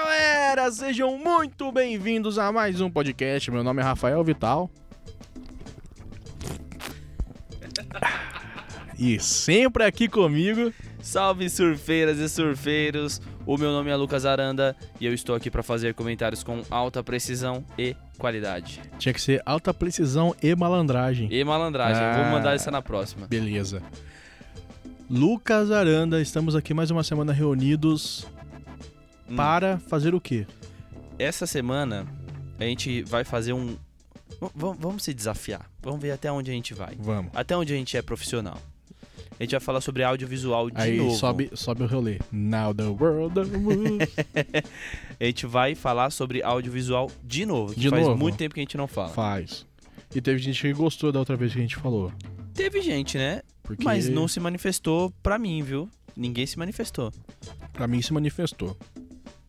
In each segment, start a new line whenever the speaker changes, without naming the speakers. galera, sejam muito bem-vindos a mais um podcast. Meu nome é Rafael Vital. E sempre aqui comigo.
Salve surfeiras e surfeiros. O meu nome é Lucas Aranda e eu estou aqui para fazer comentários com alta precisão e qualidade.
Tinha que ser alta precisão e malandragem.
E malandragem,
Ah.
vou mandar essa na próxima.
Beleza. Lucas Aranda, estamos aqui mais uma semana reunidos
Hum.
para fazer o quê?
Essa semana a gente vai fazer um v- v- vamos se desafiar. Vamos ver até onde a gente vai.
Vamos.
Até onde a gente é profissional. A gente vai falar sobre audiovisual de
Aí
novo.
sobe, sobe o rolê. Now the world moves.
A gente vai falar sobre audiovisual de novo, que
De
faz
novo?
muito tempo que a gente não fala.
Faz. E teve gente que gostou da outra vez que a gente falou.
Teve gente, né?
Porque
Mas não se manifestou pra mim, viu? Ninguém se manifestou.
pra mim se manifestou.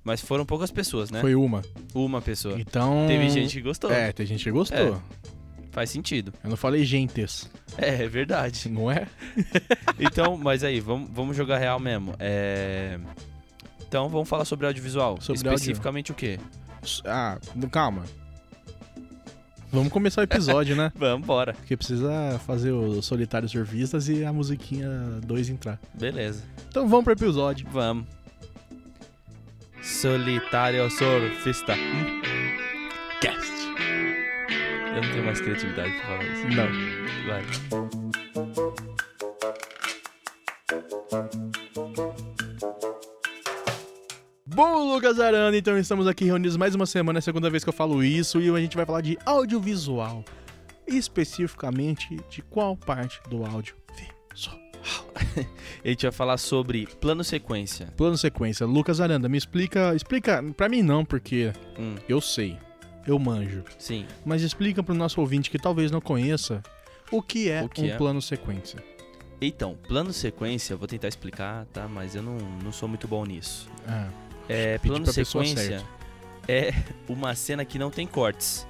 Mas foram poucas pessoas, né?
Foi uma.
Uma pessoa.
Então.
Teve gente que gostou.
É, teve gente que gostou.
Faz sentido.
Eu não falei gentes,
É, é verdade.
não é?
Então, mas aí, vamos, vamos jogar real mesmo. É... Então, vamos falar sobre audiovisual.
Sobre
Especificamente o quê?
Ah, não, calma. Vamos começar o episódio, né?
Vamos embora.
Porque precisa fazer o solitário surfistas e a musiquinha 2 entrar.
Beleza.
Então vamos pro episódio.
Vamos. Solitário surfista. Hum?
Cast.
Eu não tenho mais criatividade pra falar isso.
Não.
Vai.
Bom, Lucas Arana, então estamos aqui reunidos mais uma semana, é a segunda vez que eu falo isso, e a gente vai falar de audiovisual. Especificamente de qual parte do áudio
A gente vai falar sobre plano sequência.
Plano sequência, Lucas Aranda, me explica, explica, pra mim não, porque
Hum,
eu sei, eu manjo,
sim.
mas explica pro nosso ouvinte que talvez não conheça o que é
O que
um
é?
plano sequência.
Então, plano sequência, eu vou tentar explicar, tá? Mas eu não, não sou muito bom nisso.
Ah,
É,
Pedi
plano
pra pessoa
sequência é uma cena que não tem cortes.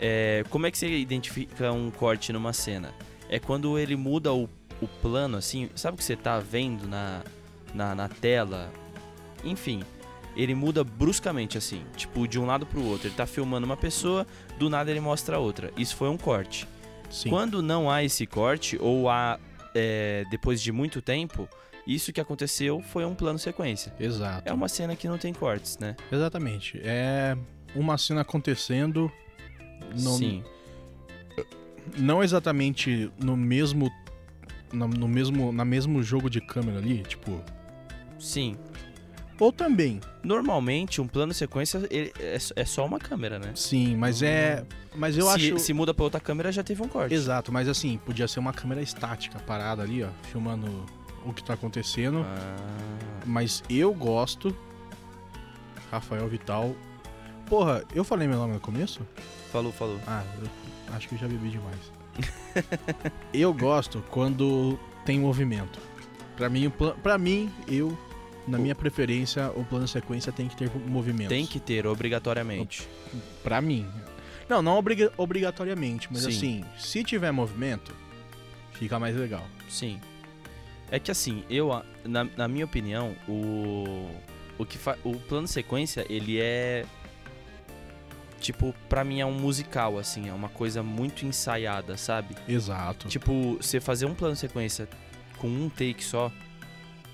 É, como é que você identifica um corte numa cena? É quando ele muda o, o plano, assim, sabe o que você tá vendo na, na, na tela? Enfim, ele muda bruscamente, assim, tipo, de um lado pro outro. Ele tá filmando uma pessoa, do nada ele mostra a outra. Isso foi um corte.
sim.
Quando não há esse corte, ou há é, depois de muito tempo, isso que aconteceu foi um plano sequência.
Exato.
É uma cena que não tem cortes, né?
Exatamente. É uma cena acontecendo no-
Sim.
não exatamente no mesmo na- no mesmo na mesmo jogo de câmera ali, tipo,
Sim.
ou também.
Normalmente, um plano sequência ele- é, é só uma câmera, né?
Sim, mas é, mas eu
se,
acho
se muda pra outra câmera, já teve um corte.
Exato, mas assim, podia ser uma câmera estática parada ali, ó, filmando o que tá acontecendo.
Ah,
Mas eu gosto. Rafael Vital. Porra, eu falei meu nome no começo?
falou, falou.
Ah, eu acho que eu já bebi demais. eu gosto quando tem movimento. Pra mim, o plan... pra mim, eu, na minha preferência, o plano sequência tem que ter movimento.
Tem que ter, obrigatoriamente.
Pra mim. Não, não obriga- obrigatoriamente, mas
Sim.
assim, se tiver movimento, fica mais legal.
Sim. É que assim, eu, a- na, na minha opinião, o. O que fa- O plano sequência, ele é. Tipo, pra mim é um musical, assim, é uma coisa muito ensaiada, sabe?
Exato.
Tipo, você fazer um plano sequência com um take só,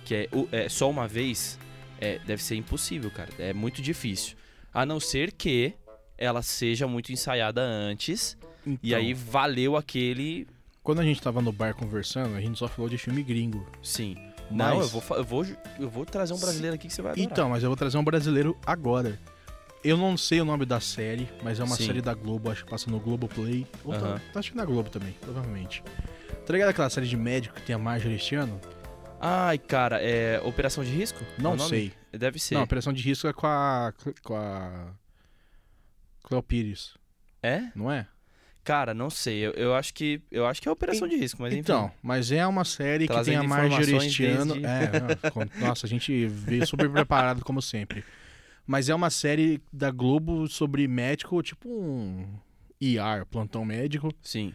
que é, o- é só uma vez, é, deve ser impossível, cara. É muito difícil. A não ser que ela seja muito ensaiada antes, e
Então,
aí valeu aquele.
Quando a gente tava no bar conversando, a gente só falou de filme gringo.
Sim.
mas-
Não, eu vou, fa- eu, vou, ju- eu vou trazer um brasileiro aqui que você vai adorar.
Então, mas eu vou trazer um brasileiro agora. Eu não sei o nome da série, mas é uma
Sim.
série da Globo, acho que passa no Globoplay. Ou tá,
Aham.
tá acho que na Globo também, provavelmente. Tá ligado aquela série de médico que tem a Marjorie este ano?
Ai, cara, é. Operação de risco? É o
Não
nome?
sei.
Deve ser.
Não, operação de risco é com a. com a. Cleo Pires,
É?
não é?
Cara, não sei. Eu, eu acho que. Eu acho que é operação de risco, mas enfim.
Então, mas é uma série que tem
Trazendo
a Marjorie
informações
este ano.
desde-
É, não, com- nossa, a gente veio super preparado, como sempre. Mas é uma série da Globo sobre médico, tipo um IR, plantão médico.
Sim.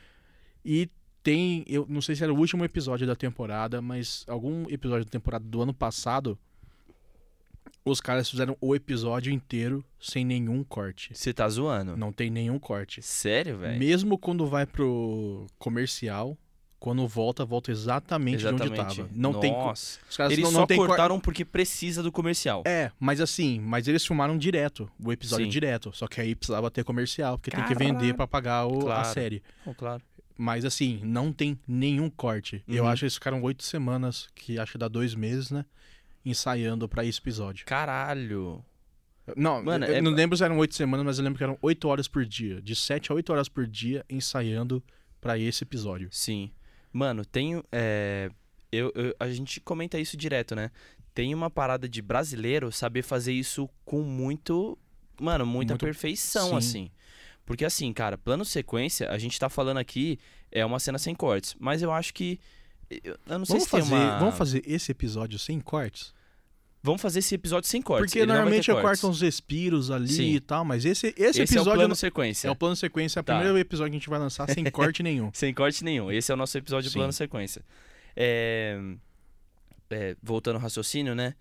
E tem, eu não sei se era o último episódio da temporada, mas algum episódio da temporada do ano passado, Os caras fizeram o episódio inteiro sem nenhum corte.
Você tá zoando?
Não tem nenhum corte.
Sério, velho?
Mesmo quando vai pro comercial, quando volta, volta exatamente, de onde tava. Não
Nossa.
tem co- Os caras
Eles
não,
só
não tem cor-
cortaram porque precisa do comercial.
É, mas assim, mas eles filmaram direto, o episódio
Sim.
direto. Só que aí precisava ter comercial, porque tem que
Caralho.
vender pra pagar o- a
Claro.
série.
Bom, claro.
Mas assim, não tem nenhum corte. Eu
Uhum.
acho que eles ficaram oito semanas, que acho que dá dois meses, né? Ensaiando pra esse episódio.
Caralho.
Não,
Mano,
eu
é-
não lembro se eram oito semanas, mas eu lembro que eram oito horas por dia. De sete a oito horas por dia ensaiando pra esse episódio.
Sim. Mano, tem. é, eu, eu- a gente comenta isso direto, né? Tem uma parada de brasileiro saber fazer isso com muito. Mano, muita
Muito-
perfeição,
sim.
assim. Porque, assim, cara, plano sequência, a gente tá falando aqui, é uma cena sem cortes. Mas eu acho que. Eu, eu não sei
Vamos
se tem
fazer,
uma.
vamos fazer esse episódio sem cortes?
Vamos fazer esse episódio sem cortes.
Porque
ele não vai ter
normalmente é eu
cortes.
corto uns respiros ali
Sim.
e tal, mas esse, esse,
Esse é o
episódio
plano sequência.
é o plano sequência, é o
Tá.
primeiro episódio que a gente vai lançar sem corte nenhum.
Sem corte nenhum. Esse é o nosso episódio
Sim.
plano sequência. É, é, voltando ao raciocínio, né?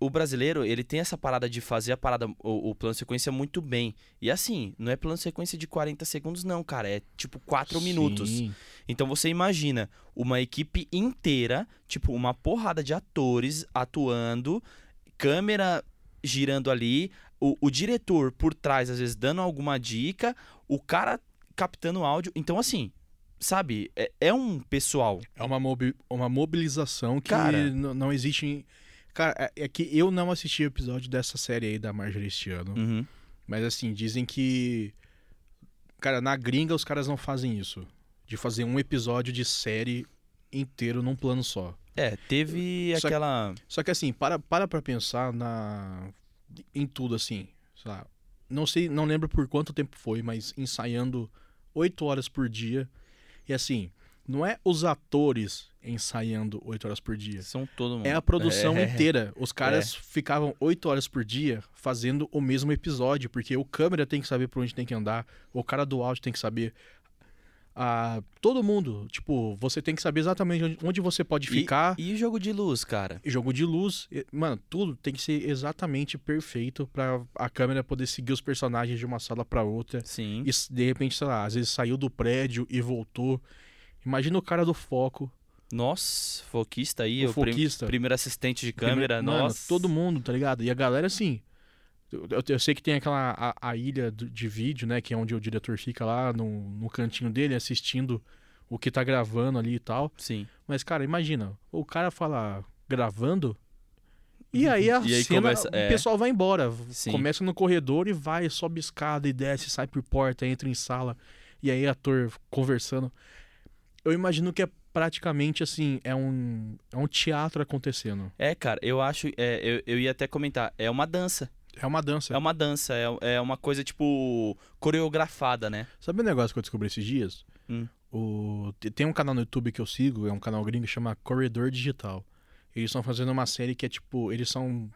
O brasileiro, ele tem essa parada de fazer a parada, o, o plano sequência muito bem. E assim, não é plano sequência de 40 segundos, não, cara. É tipo 4 minutos.
Sim.
Então você imagina uma equipe inteira, tipo uma porrada de atores atuando, câmera girando ali, o, o diretor por trás às vezes dando alguma dica, o cara captando áudio. Então assim, sabe, é, é um pessoal.
É uma, mobi- uma mobilização que
Cara.
n- não existe. Em... Cara, é é que eu não assisti o episódio dessa série aí da Marjorie este ano.
Uhum.
Mas assim, dizem que. Cara, na gringa os caras não fazem isso. De fazer um episódio de série inteiro num plano só.
É, teve
Só-
aquela
Só que assim, para para pra pensar na em tudo assim, sei lá. Não sei, não lembro por quanto tempo foi, mas ensaiando oito horas por dia. E assim, não é os atores ensaiando oito horas por dia.
são todo mundo.
É a produção
É.
inteira. Os caras ficavam oito horas por dia fazendo o mesmo episódio, porque o câmera tem que saber por onde tem que andar, o cara do áudio tem que saber. Ah, todo mundo, tipo, você tem que saber exatamente onde, onde você pode
E-
ficar.
E o jogo de luz, cara?
Jogo de luz, e- mano, tudo tem que ser exatamente perfeito pra a câmera poder seguir os personagens de uma sala pra outra.
Sim.
E s- de repente, sei lá, às vezes saiu do prédio e voltou. Imagina o cara do foco,
Nossa, foquista aí,
o
o prim-
foquista.
primeiro assistente de câmera,
Primeiro- mano,
nossa.
todo mundo, tá ligado? E a galera, assim. Eu, eu- eu sei que tem aquela a, a ilha do- de vídeo, né? Que é onde o diretor fica lá no, no cantinho dele assistindo o que tá gravando ali e tal.
Sim.
Mas, cara, imagina, o cara fala gravando. E aí a
Uhum. E aí
cena,
começa- é.
o pessoal vai embora.
Sim.
Começa no corredor e vai, sobe escada e desce, sai por porta, entra em sala. E aí ator conversando. Eu imagino que é praticamente assim, é um, é um teatro acontecendo.
É, cara, eu acho. é, eu, eu ia até comentar. É uma dança.
É uma dança.
É uma dança. É, é uma coisa, tipo, coreografada, né?
Sabe um negócio que eu descobri esses dias?
Hum.
O... te- Tem um canal no YouTube que eu sigo, é um canal gringo, chama Corredor Digital. Eles estão fazendo uma série que é tipo, eles são.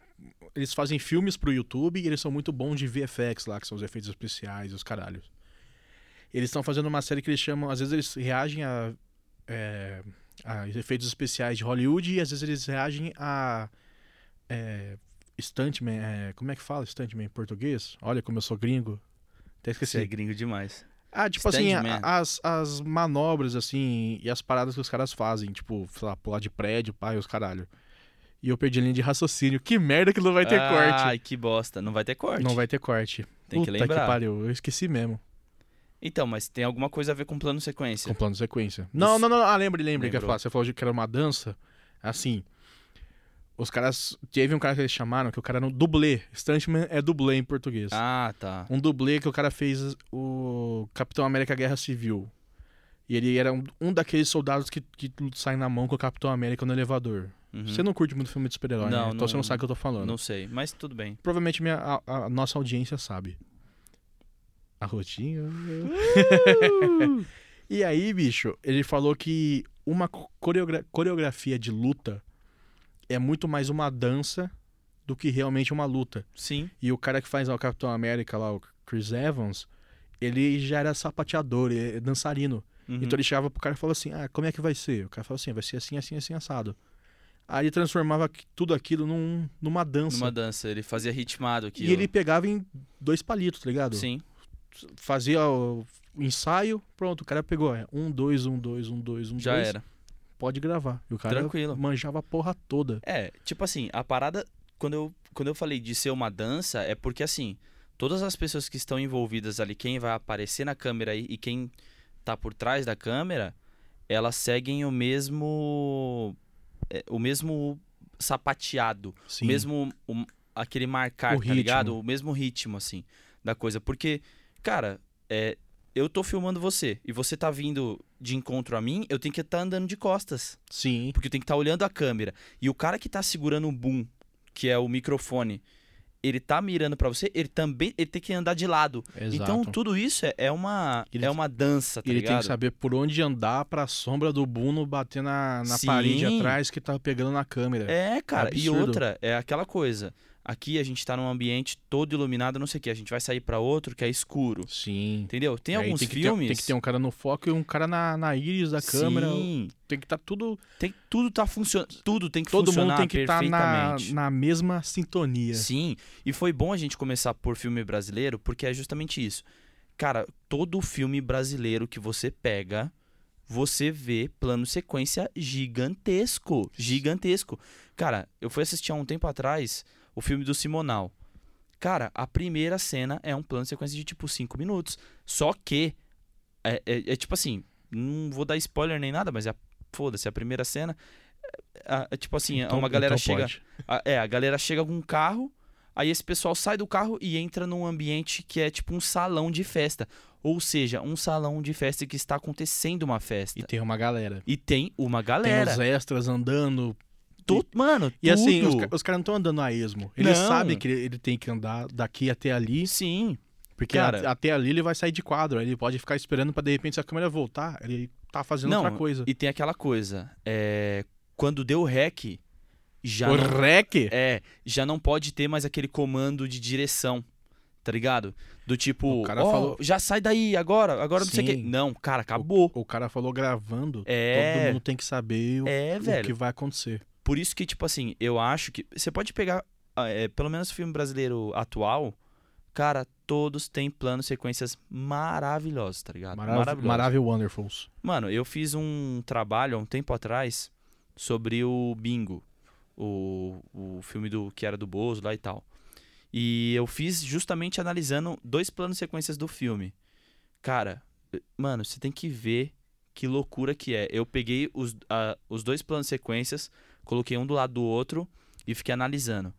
Eles fazem filmes pro YouTube e eles são muito bons de VFX lá, que são os efeitos especiais, os caralhos. Eles estão fazendo uma série que eles chamam. Às vezes eles reagem a. é, a efeitos especiais de Hollywood e às vezes eles reagem a. É, stuntman. é, como é que fala stuntman em português? Olha como eu sou gringo. Até esqueci.
Você é gringo demais.
Ah, tipo assim,
Stand
a-
man.
as, as manobras, assim, e as paradas que os caras fazem, tipo, sei lá, pular de prédio, pai, os caralho. E eu perdi a linha de raciocínio. Que merda que não vai ter corte.
Ai, que bosta. Não vai ter corte.
Não vai ter corte.
Tem que
Puta
lembrar.
pariu, eu esqueci mesmo.
Então, mas tem alguma coisa a ver com plano sequência.
Com plano de sequência. Não, não, não, ah, lembre, lembre que eu ia
Lembrou.
falar. Você falou de que era uma dança, assim, os caras, teve um cara que eles chamaram, que o cara era um dublê. Stuntman é dublê em português.
Ah, tá.
um dublê que o cara fez o Capitão América Guerra Civil. E ele era um, um daqueles soldados que, que saem na mão com o Capitão América no elevador.
Uhum.
Você não curte muito filme de super-herói, né?
Não,
Então
não-
você não sabe o que eu tô falando.
Não sei, mas tudo bem.
Provavelmente minha, a, a nossa audiência sabe. A rotinha. e aí, bicho, ele falou que uma co- coreogra- coreografia de luta é muito mais uma dança do que realmente uma luta.
Sim.
E o cara que faz lá o Capitão América, lá, o Chris Evans, ele já era sapateador, ele é dançarino.
Uhum.
"Ah, Então ele chegava pro cara e falava assim: Ah, como é que vai ser? O cara falava assim: vai ser assim, assim, assim, assado. Aí ele transformava aqui- tudo aquilo num- numa dança.
Numa dança, ele fazia ritmado aqui.
E ele pegava em dois palitos, tá ligado?
Sim.
Fazia o ensaio, pronto, o cara pegou. É, um, dois, um, dois, um, dois, um,
Já
dois.
era.
Pode gravar. E o cara
Tranquilo.
manjava a porra toda.
É, tipo assim, a parada. Quando eu, quando eu falei de ser uma dança, é porque assim, todas as pessoas que estão envolvidas ali, quem vai aparecer na câmera e, e quem tá por trás da câmera, elas seguem o mesmo. é, o mesmo sapateado.
Sim.
Mesmo o- aquele marcar,
O
tá
ritmo.
ligado? O mesmo ritmo, assim, da coisa. Porque, cara, é, eu tô filmando você e você tá vindo de encontro a mim, eu tenho que estar andando de costas.
Sim.
Porque tem que estar olhando a câmera. E o cara que tá segurando o boom, que é o microfone, ele tá mirando pra você, ele também ele tem que andar de lado.
Exato.
Então tudo isso é, é uma
Ele-
é uma dança, tá
ele tem
ligado?
que saber por onde andar pra sombra do Buno bater na, na
Sim.
parede atrás que tá pegando na câmera.
É, cara. E
absurdo.
outra é aquela coisa. Aqui a gente tá num ambiente todo iluminado, não sei o que. A gente vai sair pra outro que é escuro.
Sim.
Entendeu? Tem
E aí
alguns
tem que ter-
filmes.
tem que ter um cara no foco e um cara na, na íris da câmera.
Sim.
Tem que estar tudo.
Tem, tudo tá funcionando. Tudo tem que
Todo
funcionar
mundo tem que estar na,
perfeitamente.
na mesma sintonia.
Sim, e foi bom a gente começar por filme brasileiro, porque é justamente isso. Cara, todo filme brasileiro que você pega, você vê plano sequência gigantesco. Gigantesco. Cara, eu fui assistir há um tempo atrás o filme do Simonal. Cara, a primeira cena é um plano sequência de tipo 5 minutos. Só que. É, é- é tipo assim, não vou dar spoiler nem nada, mas é. a- Foda-se, a primeira cena. é- é- é tipo assim, é
Então-
uma galera
então
chega.
pode.
A- É, a galera chega com um carro, aí esse pessoal sai do carro e entra num ambiente que é tipo um salão de festa. Ou seja, um salão de festa que está acontecendo uma festa.
E tem uma galera.
E tem uma
Tem
galera.
os extras andando.
Tu- mano,
E assim, os,
tudo.
ca- os caras não estão andando a esmo. Ele
Não.
sabe que ele, ele tem que andar daqui até ali.
Sim,
Porque
Cara.
a- até ali ele vai sair de quadro. aí Ele pode ficar esperando pra de repente se a câmera voltar. Ele tá fazendo
Não,
outra coisa.
e tem aquela coisa. É, quando deu rec, já
o
não
rec?
É, já não pode ter mais aquele comando de direção, tá ligado? Do tipo,
O cara
"Ó,
falou-
já sai daí, agora, agora não sei o quê.
Sim.
Não, cara, acabou.
O cara falou gravando. Todo
É,
mundo tem que saber o,
é,
o
velho.
que vai acontecer.
Por isso que, tipo assim, eu acho que. Você pode pegar, ah, é, pelo menos o filme brasileiro atual, cara, todos têm planos, sequências maravilhosos, tá ligado?
Marav Maravilha Wonderfuls.
Mano, eu fiz um trabalho há um tempo atrás sobre o Bingo, o, o filme do que era do Bozo lá e tal. E eu fiz justamente analisando dois planos sequências do filme. Cara, eh, mano, você tem que ver que loucura que é. Eu peguei os, a- os dois planos sequências, coloquei um do lado do outro e fiquei analisando.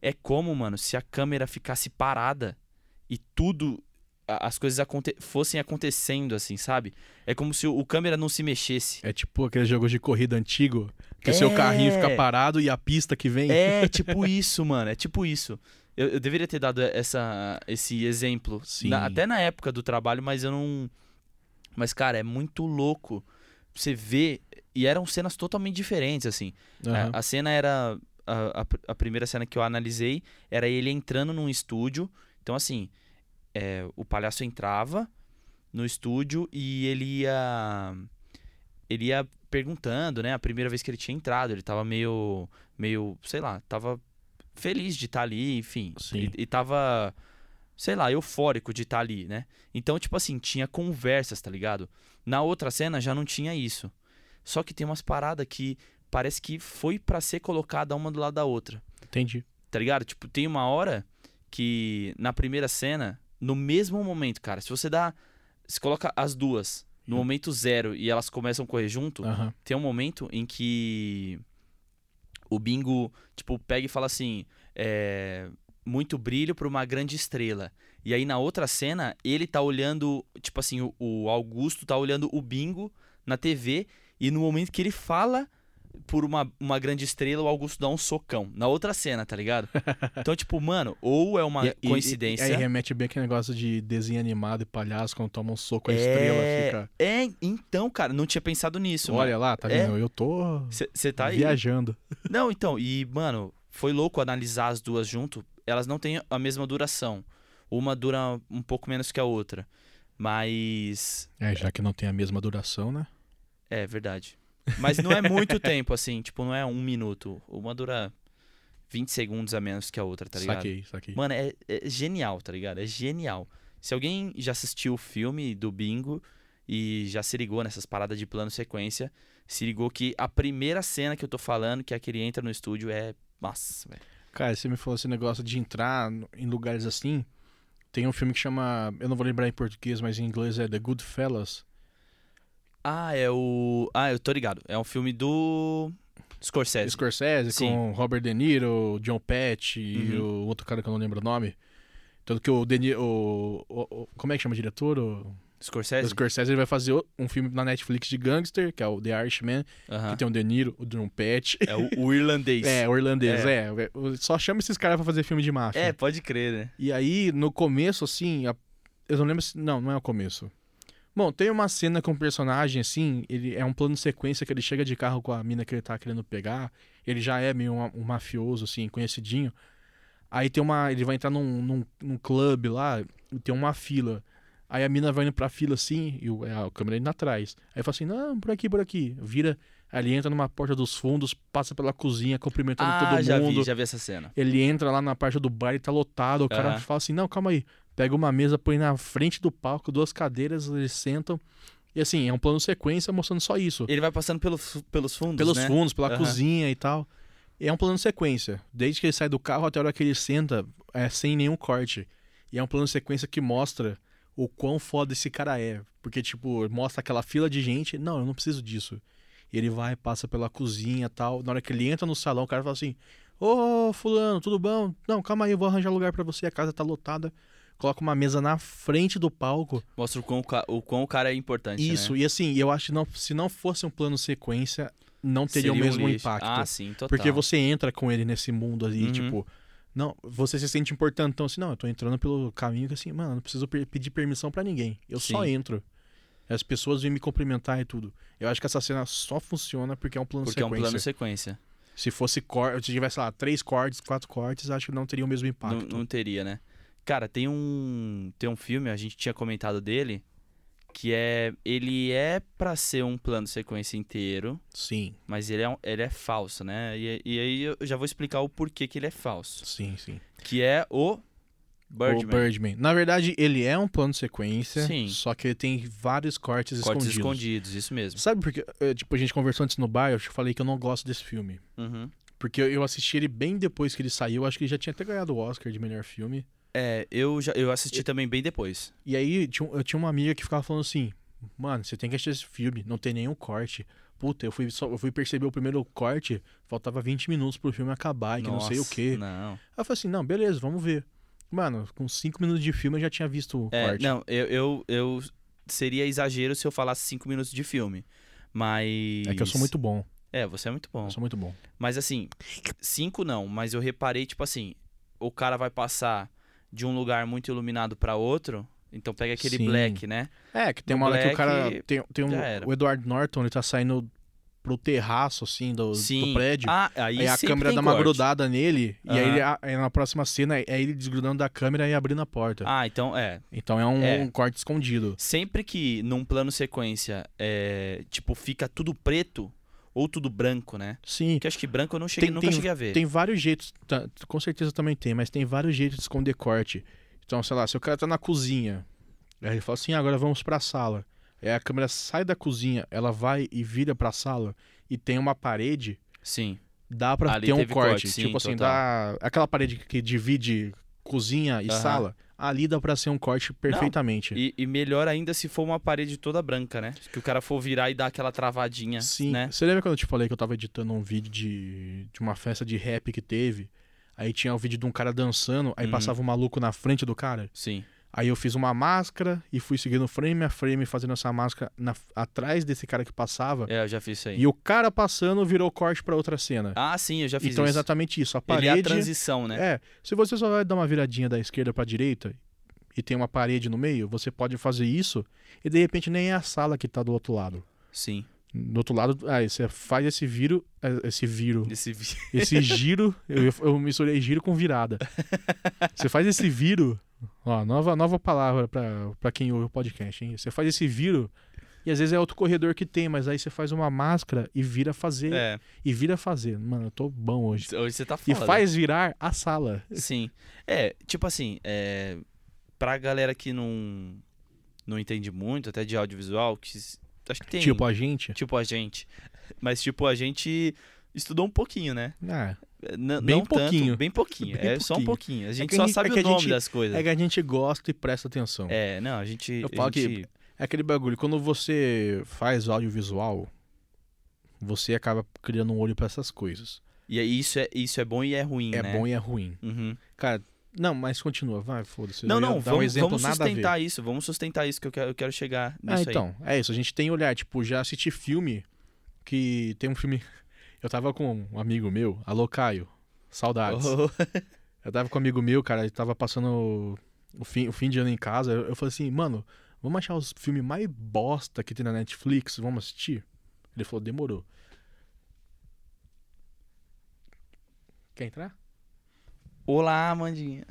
É como, mano, se a câmera ficasse parada e tudo, a- as coisas aconte- fossem acontecendo assim, sabe? É como se o, o câmera não se mexesse.
É tipo aqueles jogos de corrida antigo. Que o
É.
seu carrinho fica parado e a pista que vem.
É tipo isso, mano. É tipo isso. Eu, eu deveria ter dado essa, esse exemplo.
Sim.
na- até na época do trabalho, mas eu não. Mas, cara, é muito louco. Você vê. E eram cenas totalmente diferentes, assim.
Aham.
A, a cena era. A, a pr- a primeira cena que eu analisei era ele entrando num estúdio. Então, assim, é, o palhaço entrava no estúdio e ele ia. Ele ia perguntando, né? A primeira vez que ele tinha entrado, ele tava meio. meio. sei lá, tava feliz de estar ali, enfim.
Sim.
E, e tava. Sei lá, eufórico de estar ali, né? Então, tipo assim, tinha conversas, tá ligado? Na outra cena já não tinha isso. Só que tem umas paradas que parece que foi pra ser colocada uma do lado da outra.
Entendi.
Tá ligado? Tipo, tem uma hora que na primeira cena, no mesmo momento, cara, se você dá. Se coloca as duas no
Hum.
momento zero e elas começam a correr junto,
Aham.
tem um momento em que o Bingo, tipo, pega e fala assim: é, muito brilho pra uma grande estrela. E aí na outra cena, ele tá olhando, tipo assim, o, o Augusto tá olhando o Bingo na TV e no momento que ele fala por uma, uma grande estrela, o Augusto dá um socão. Na outra cena, tá ligado? Então, tipo, mano, ou é uma
E- e-
coincidência.
E, aí remete bem aquele negócio de desenho animado e palhaço quando toma um soco a
É,
estrela. Fica.
é, então, cara, não tinha pensado nisso,
Olha lá, tá
É.
vendo? Eu tô
Você tá aí.
viajando.
Não, então, e, mano, foi louco analisar as duas junto. Elas não têm a mesma duração. Uma dura um pouco menos que a outra. Mas.
É, já que não tem a mesma duração, né?
É verdade. Mas não é muito tempo, assim, tipo, não é um minuto. Uma dura 20 segundos a menos que a outra, tá ligado?
Saquei, saquei.
Mano, é, é genial, tá ligado? É genial. Se alguém já assistiu o filme do Bingo e já se ligou nessas paradas de plano sequência, se ligou que a primeira cena que eu tô falando, que é a que ele entra no estúdio, é. Nossa, velho.
Cara, você me falou esse negócio de entrar no- em lugares assim. Tem um filme que chama. Eu não vou lembrar em português, mas em inglês é The Good Fellas.
Ah, é o. Ah, eu tô ligado. É um filme do. Scorsese.
Scorsese,
É, Sim.
com Robert De Niro, John Patch e
Uhum.
o outro cara que eu não lembro o nome. Tanto que o De Niro. o- o- o- como é que chama o diretor? O, o
Scorsese?
Scorsese ele vai fazer o- um filme na Netflix de gangster, que é o The Irishman,
Aham.
que tem o De Niro, o John Patch.
Ah. É o, o
Então-
irlandês.
É, o irlandês, é. Só chama esses caras pra fazer filme de máfia.
É, pode crer, né?
E aí, no começo, assim, a- eu não lembro se. Não, não é o começo. Bom, tem uma cena com um personagem, assim, ele é um plano de sequência que ele chega de carro com a mina que ele tá querendo pegar. Ele já é meio um, um mafioso, assim, conhecidinho. Aí tem uma. Ele vai entrar num, num, num clube lá, e tem uma fila. Aí a mina vai indo pra fila assim, e o, é a câmera indo atrás. Aí fala assim: não, por aqui, por aqui. Vira, aí ele entra numa porta dos fundos, passa pela cozinha, cumprimentando
ah,
Tá todo
já
mundo.
vi, já vi essa cena.
Ele entra lá na parte do bar e tá lotado. O cara
Aham.
fala assim: não, calma aí. Pega uma mesa, põe na frente do palco, duas cadeiras, eles sentam. E assim, é um plano sequência mostrando só isso.
Ele vai passando pelo, pelos fundos,
Pelos
né?
fundos, pela
Aham.
cozinha e tal. É um plano sequência. Desde que ele sai do carro até a hora que ele senta, é sem nenhum corte. E é um plano sequência que mostra o quão foda esse cara é. Porque, tipo, mostra aquela fila de gente. Não, eu não preciso disso. E ele vai, passa pela cozinha e tal. Na hora que ele entra no salão, o cara fala assim: Ô, Fulano, tudo bom? Não, calma aí, eu vou arranjar lugar pra você. A casa tá lotada. Coloca uma mesa na frente do palco.
Mostra o quão, o ca- o quão o cara é importante,
Isso,
né?
e assim, eu acho que não, se não fosse um plano sequência, não teria o
Seria um
mesmo
lixo.
impacto.
Ah, sim, total.
Porque você entra com ele nesse mundo ali,
Uhum.
tipo. Não, você se sente importante. Então, assim, não, eu tô entrando pelo caminho que assim, mano, eu não preciso pe- pedir permissão pra ninguém. Eu só
Sim.
entro. As pessoas vêm me cumprimentar e tudo. Eu acho que essa cena só funciona porque é um plano
Porque é um
sequência.
plano sequência.
Se fosse corte, se tivesse lá três cortes, quatro cortes, acho que não teria o mesmo
Não,
impacto.
não teria, né? Cara, tem um tem um filme, a gente tinha comentado dele, que é ele é pra ser um plano sequência inteiro,
Sim,
mas ele é um- ele é falso, né? E, e aí eu já vou explicar o porquê que ele é falso,
sim, sim.
que é o Birdman.
O Birdman. Na verdade, ele é um plano sequência,
Sim.
só que ele tem vários cortes,
Cortes
escondidos.
escondidos, isso mesmo.
Sabe porque, eh, tipo, a gente conversou antes no bar, eu te falei que eu não gosto desse filme.
Uhum.
Porque eu assisti ele bem depois que ele saiu, acho que ele já tinha até ganhado o Oscar de melhor filme.
É, eu já eu assisti também bem depois.
E aí tinha um- eu tinha uma amiga que ficava falando assim: Mano, você tem que assistir esse filme, não tem nenhum corte. Puta, eu fui, só, eu fui perceber o primeiro corte, faltava 20 minutos pro filme acabar, e que não sei o
Nossa, né?
quê.
Não.
Aí eu falei assim: Não, beleza, vamos ver. Mano, com 5 minutos de filme eu já tinha visto o
É,
corte.
não, eu, eu, eu- seria exagero se eu falasse cinco minutos de filme. Mas.
É que eu sou muito bom,
É, você é muito bom.
eu sou muito bom.
Mas assim, cinco não, mas eu reparei, tipo assim, o cara vai passar de um lugar muito iluminado pra outro. Então pega aquele
Sim.
black, né?
É, que tem
No
uma hora que o
Black,
cara. Tem, tem um-
já era.
o Edward Norton, ele tá saindo pro terraço, assim, do,
Sim.
do prédio.
Ah, aí,
Aí a
sempre
câmera
tem
dá uma
corte.
grudada nele, e aí,
Aham.
ele- a- aí na próxima cena é ele desgrudando da câmera e abrindo a porta.
Ah, então é.
Então é um,
é.
um corte escondido.
Sempre que num plano sequência, é, tipo, fica tudo preto ou tudo branco, né?
Sim,
Que acho que branco eu não cheguei,
Tem-
nunca
tem-
cheguei a ver.
tem vários jeitos, tá, com certeza também tem, mas tem vários jeitos de esconder corte. Então, sei lá, se o cara tá na cozinha, aí ele fala assim, "Ah, agora vamos pra sala. Aí a câmera sai da cozinha, ela vai e vira pra sala, e tem uma parede,
Sim.
dá pra
Ali
ter um
teve
corte.
corte, sim,
tipo assim,
total.
dá aquela parede que divide cozinha e
Aham.
sala, ali dá pra ser um corte perfeitamente.
E, e melhor ainda se for uma parede toda branca, né? Que o cara for virar e dar aquela travadinha,
Sim.
né?
Você lembra quando eu te falei que eu tava editando um vídeo de, de uma festa de rap que teve? Aí tinha o vídeo de um cara dançando, aí
Uhum.
passava um maluco na frente do cara.
Sim.
Aí eu fiz uma máscara e fui seguindo frame a frame, fazendo essa máscara na- atrás desse cara que passava.
É, eu já fiz isso aí.
E o cara passando virou corte pra outra cena.
Ah, sim, eu já fiz
então é
isso.
exatamente isso. A
Ele
parede.
é a transição, né?
É, se você só vai dar uma viradinha da esquerda pra direita e tem uma parede no meio, você pode fazer isso e de repente nem é a sala que tá do outro lado.
Sim.
Do outro lado, aí você faz esse viro, eh, esse viro,
Esse vi-
esse giro, eu, eu misturei giro com virada. Você faz esse viro, ó, nova, nova palavra pra pra quem ouve o podcast, hein? Você faz esse viro E às vezes é outro corredor que tem, mas aí você faz uma máscara e vira fazer.
É,
E vira fazer. Mano, eu tô bom hoje.
hoje você tá
E
foda.
faz virar a sala.
Sim. É, tipo assim, é, pra galera que não, não entende muito, até de audiovisual, que s- acho que tem.
Tipo a gente.
tipo a gente. Mas tipo, a gente estudou um pouquinho, né?
Ah,
N-
Bem
não
pouquinho.
Tanto, bem pouquinho.
Bem
é só um
pouquinho.
pouquinho. A gente
que a
só
gente- é
sabe
que a
o nome
gente-
das coisas.
é que a gente gosta e presta atenção.
É, não, a gente.
Eu
a
falo que-
gente-
É aquele bagulho, quando você faz audiovisual, você acaba criando um olho pra essas coisas.
E aí isso é, isso é bom e é ruim,
É
né?
bom e é ruim.
Uhum.
Cara, não, mas continua, vai, foda-se. eu
Não,
ia
não,
dar um
vamos,
exemplo
vamos
nada a ver.
sustentar isso, vamos sustentar isso que eu quero, eu quero chegar
Ah,
nisso
então, é isso. A gente tem olhar, tipo, já assisti filme que tem um filme. Eu tava com um amigo meu, alô Caio,
aí.
saudades.
Oh,
Eu tava com um amigo meu, cara, ele tava passando o, o fim, o fim de ano em casa. Eu, eu falei assim, mano, vamos achar os filmes mais bosta que tem na Netflix, vamos assistir? Ele falou, demorou. Quer entrar?
Olá, Mandinha.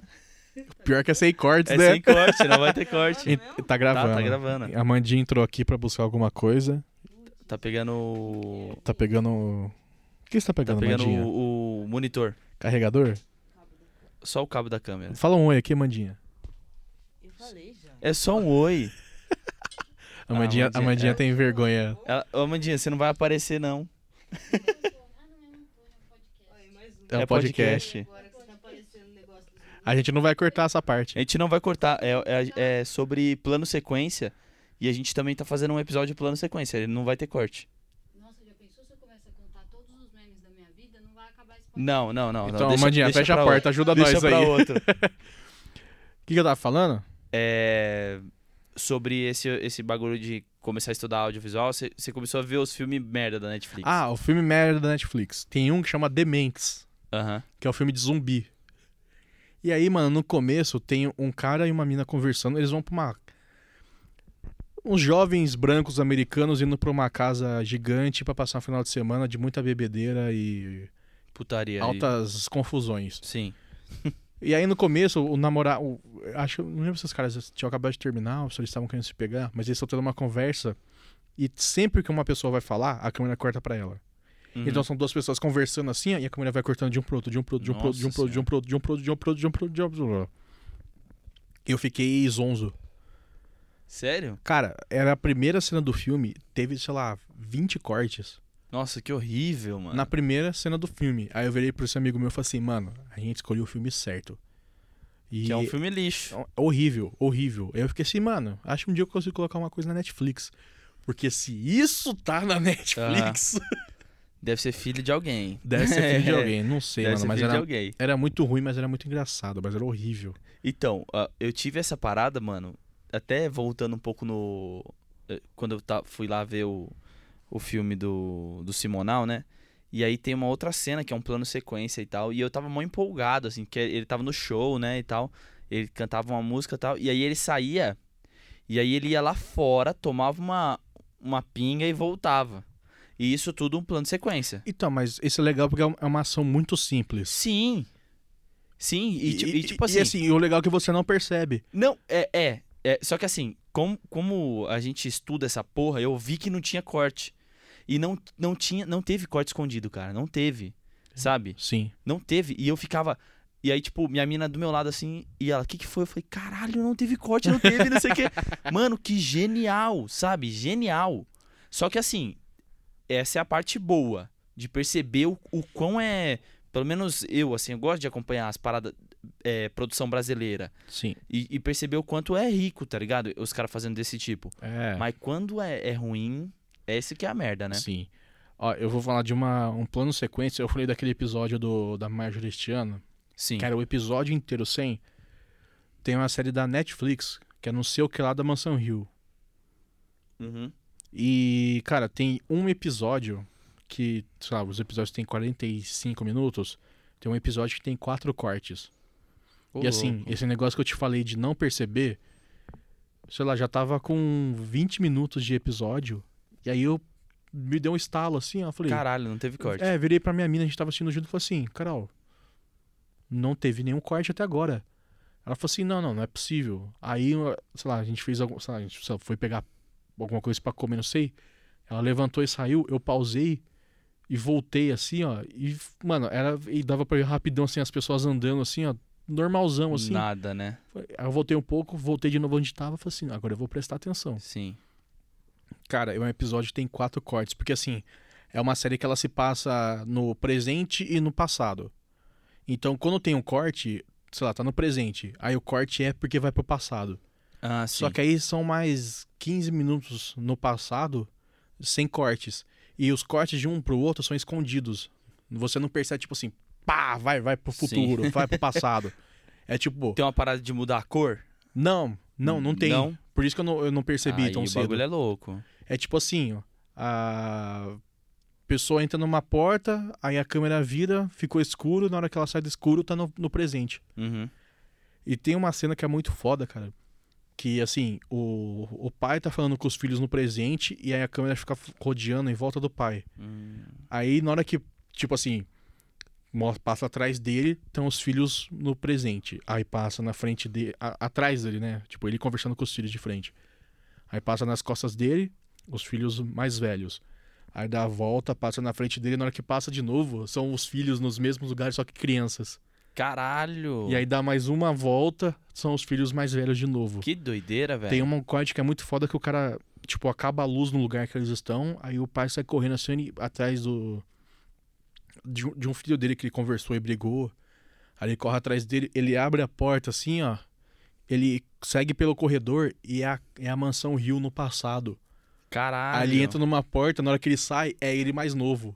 Pior que é sem cortes,
É
né?
sem corte, não vai ter corte.
E- Tá gravando.
Tá, tá gravando.
A Mandinha entrou aqui pra buscar alguma coisa.
Tá pegando o.
Tá pegando. O que você tá
Tá
pegando,
pegando
Mandinha?
o, o monitor.
Carregador?
Só o cabo da câmera.
Fala um oi aqui, Mandinha.
Eu falei já.
É só um oi.
A
Ah,
Mandinha, a
Mandinha,
Mandinha
é.
tem vergonha.
Ela, Ô, Mandinha, você não vai aparecer, não.
Olha, mais um.
É um podcast.
Agora que você tá aparecendo o negócio do celular.
A gente não vai cortar essa parte.
A gente não vai cortar. É, é- é sobre plano sequência. E a gente também tá fazendo um episódio de plano sequência. Ele não vai ter corte.
Nossa, já pensou se eu começar a contar todos os memes da minha vida? Não vai acabar esse podcast.
Não, não, não. não.
Então,
Deixa-
Mandinha,
deixa
fecha
pra
a porta,
outro.
ajuda
Deixa
nós
pra
aí. O
outro.
que, que eu tava falando?
É, sobre esse, esse bagulho de começar a estudar audiovisual, você você começou a ver os filmes merda da Netflix.
Ah, o filme merda da Netflix. Tem um que chama Dementes,
Aham.
que é um filme de zumbi. E aí, mano, no começo tem um cara e uma mina conversando. Eles vão pra uma. Uns jovens brancos americanos indo pra uma casa gigante pra passar um final de semana de muita bebedeira e
Putaria. aí.
altas confusões.
Sim.
E aí no começo, o namorado. Acho que eu não lembro se os caras tinham acabado de terminar ou se eles estavam querendo se pegar, mas eles estão tendo uma conversa. E sempre que uma pessoa vai falar, a câmera corta pra ela.
Uhum.
Então são duas pessoas conversando assim, e a câmera vai cortando de um pro outro, de um pro outro, de um pro outro, de um pro outro, de um pro outro, de um pro outro, de um pro outro, de um pro outro, de um pro outro. Eu fiquei zonzo.
Sério?
Cara, era a primeira cena do filme, teve, sei lá, 20 cortes.
Nossa, que horrível, mano.
Na primeira cena do filme. Aí eu virei pra esse amigo meu e falei assim, mano, a gente escolheu o filme certo. E
Que é um filme lixo.
É Horrível, horrível. Aí eu fiquei assim, mano, acho que um dia eu consigo colocar uma coisa na Netflix. Porque se isso tá na Netflix,
Ah. Deve ser filho de alguém.
deve ser filho de alguém. Não sei,
É.
mano,
Deve ser
mas
filho de
era,
alguém.
era muito ruim, mas era muito engraçado, mas era horrível.
Então, ah, eu tive essa parada, mano. Até voltando um pouco no. eh, Quando eu ta- fui lá ver o, o filme do, do Simonal, né? E aí tem uma outra cena que é um plano sequência e tal. E eu tava mó empolgado, assim, que ele tava no show, né? E tal. Ele cantava uma música e tal. E aí ele saía. E aí ele ia lá fora, tomava uma, uma pinga e voltava. E isso tudo um plano sequência.
Então, mas isso é legal porque é um- é uma ação muito simples.
Sim. Sim, e, ti- e tipo assim.
E assim, o legal é que você não percebe.
Não, é, é, é, Só que assim, como, como a gente estuda essa porra, eu vi que não tinha corte. E não, não tinha, não teve corte escondido, cara. Não teve. Sabe?
Sim.
Não teve. E eu ficava. E aí, tipo, minha mina do meu lado assim, e ela, o que, que foi? Eu falei, caralho, não teve corte, não teve, não sei o quê. Mano, que genial, sabe? Genial. Só que assim, essa é a parte boa de perceber o, o quão é. Pelo menos eu, assim, eu gosto de acompanhar as paradas. é, produção brasileira
Sim.
e, e perceber o quanto é rico, tá ligado? Os caras fazendo desse tipo.
É.
Mas quando é, é ruim, é esse que é a merda, né?
Sim. Ó, eu vou falar de uma, um plano sequência. Eu falei daquele episódio do, da Marjorie este ano,
Sim.
Cara, o episódio inteiro sem. Tem uma série da Netflix, que é não sei o que lá da Mansão Hill.
Uhum.
E, cara, tem um episódio que, sei lá, os episódios têm 45 minutos. Tem um episódio que tem quatro cortes. e assim, esse negócio que eu te falei de não perceber, sei lá, já tava com 20 minutos de episódio. E aí eu me deu um estalo assim, ó. eu Falei,
Caralho, não teve corte.
é, virei pra minha mina, a gente tava assistindo junto e falei assim, Carol, não teve nenhum corte até agora. Ela falou assim, não, não, não é possível. Aí, sei lá, a gente fez algum. Sei lá, a gente sei lá, foi pegar alguma coisa pra comer, não sei. Ela levantou e saiu, eu pausei e voltei assim, ó. E, mano, era, e dava pra ver rapidão, assim, as pessoas andando assim, ó, normalzão, assim.
Nada, né?
Aí eu voltei um pouco, voltei de novo onde tava, falei assim, agora eu vou prestar atenção.
Sim.
Cara, é um episódio que tem quatro cortes, porque assim, é uma série que ela se passa no presente e no passado. Então, quando tem um corte, sei lá, tá no presente, aí o corte é porque vai pro passado.
Ah, sim.
Só que aí são mais 15 minutos no passado, sem cortes. E os cortes de um pro outro são escondidos. Você não percebe, tipo assim, pá, vai, vai pro
Sim.
futuro, vai pro passado. É tipo,
Tem uma parada de mudar a cor?
não, não, não tem.
Não?
Por isso que eu não, eu não percebi
Aí
tão
o
cedo.
bagulho é louco.
É tipo assim, ó. A pessoa entra numa porta, aí a câmera vira, ficou escuro, na hora que ela sai do escuro, tá no, no presente.
Uhum.
E tem uma cena que é muito foda, cara. Que assim, o, o pai tá falando com os filhos no presente e aí a câmera fica rodeando em volta do pai.
Hum.
Aí na hora que, tipo assim, mo- passa atrás dele, estão os filhos no presente. Aí passa na frente dele, atrás dele, né? Tipo, ele conversando com os filhos de frente. Aí passa nas costas dele, os filhos mais velhos. Aí dá a volta, passa na frente dele, na hora que passa de novo, são os filhos nos mesmos lugares, só que crianças.
Caralho!
E aí dá mais uma volta, são os filhos mais velhos de novo.
Que doideira, velho.
Tem uma corte que é muito foda que o cara, tipo, acaba a luz no lugar que eles estão, aí o pai sai correndo assim ele- atrás do. De, um- de um filho dele que ele conversou e brigou. Aí ele corre atrás dele, ele abre a porta assim, ó. Ele segue pelo corredor e é a, é a mansão Rio no passado.
Caralho.
aí ele um entra numa porta, na hora que ele sai, é ele mais novo.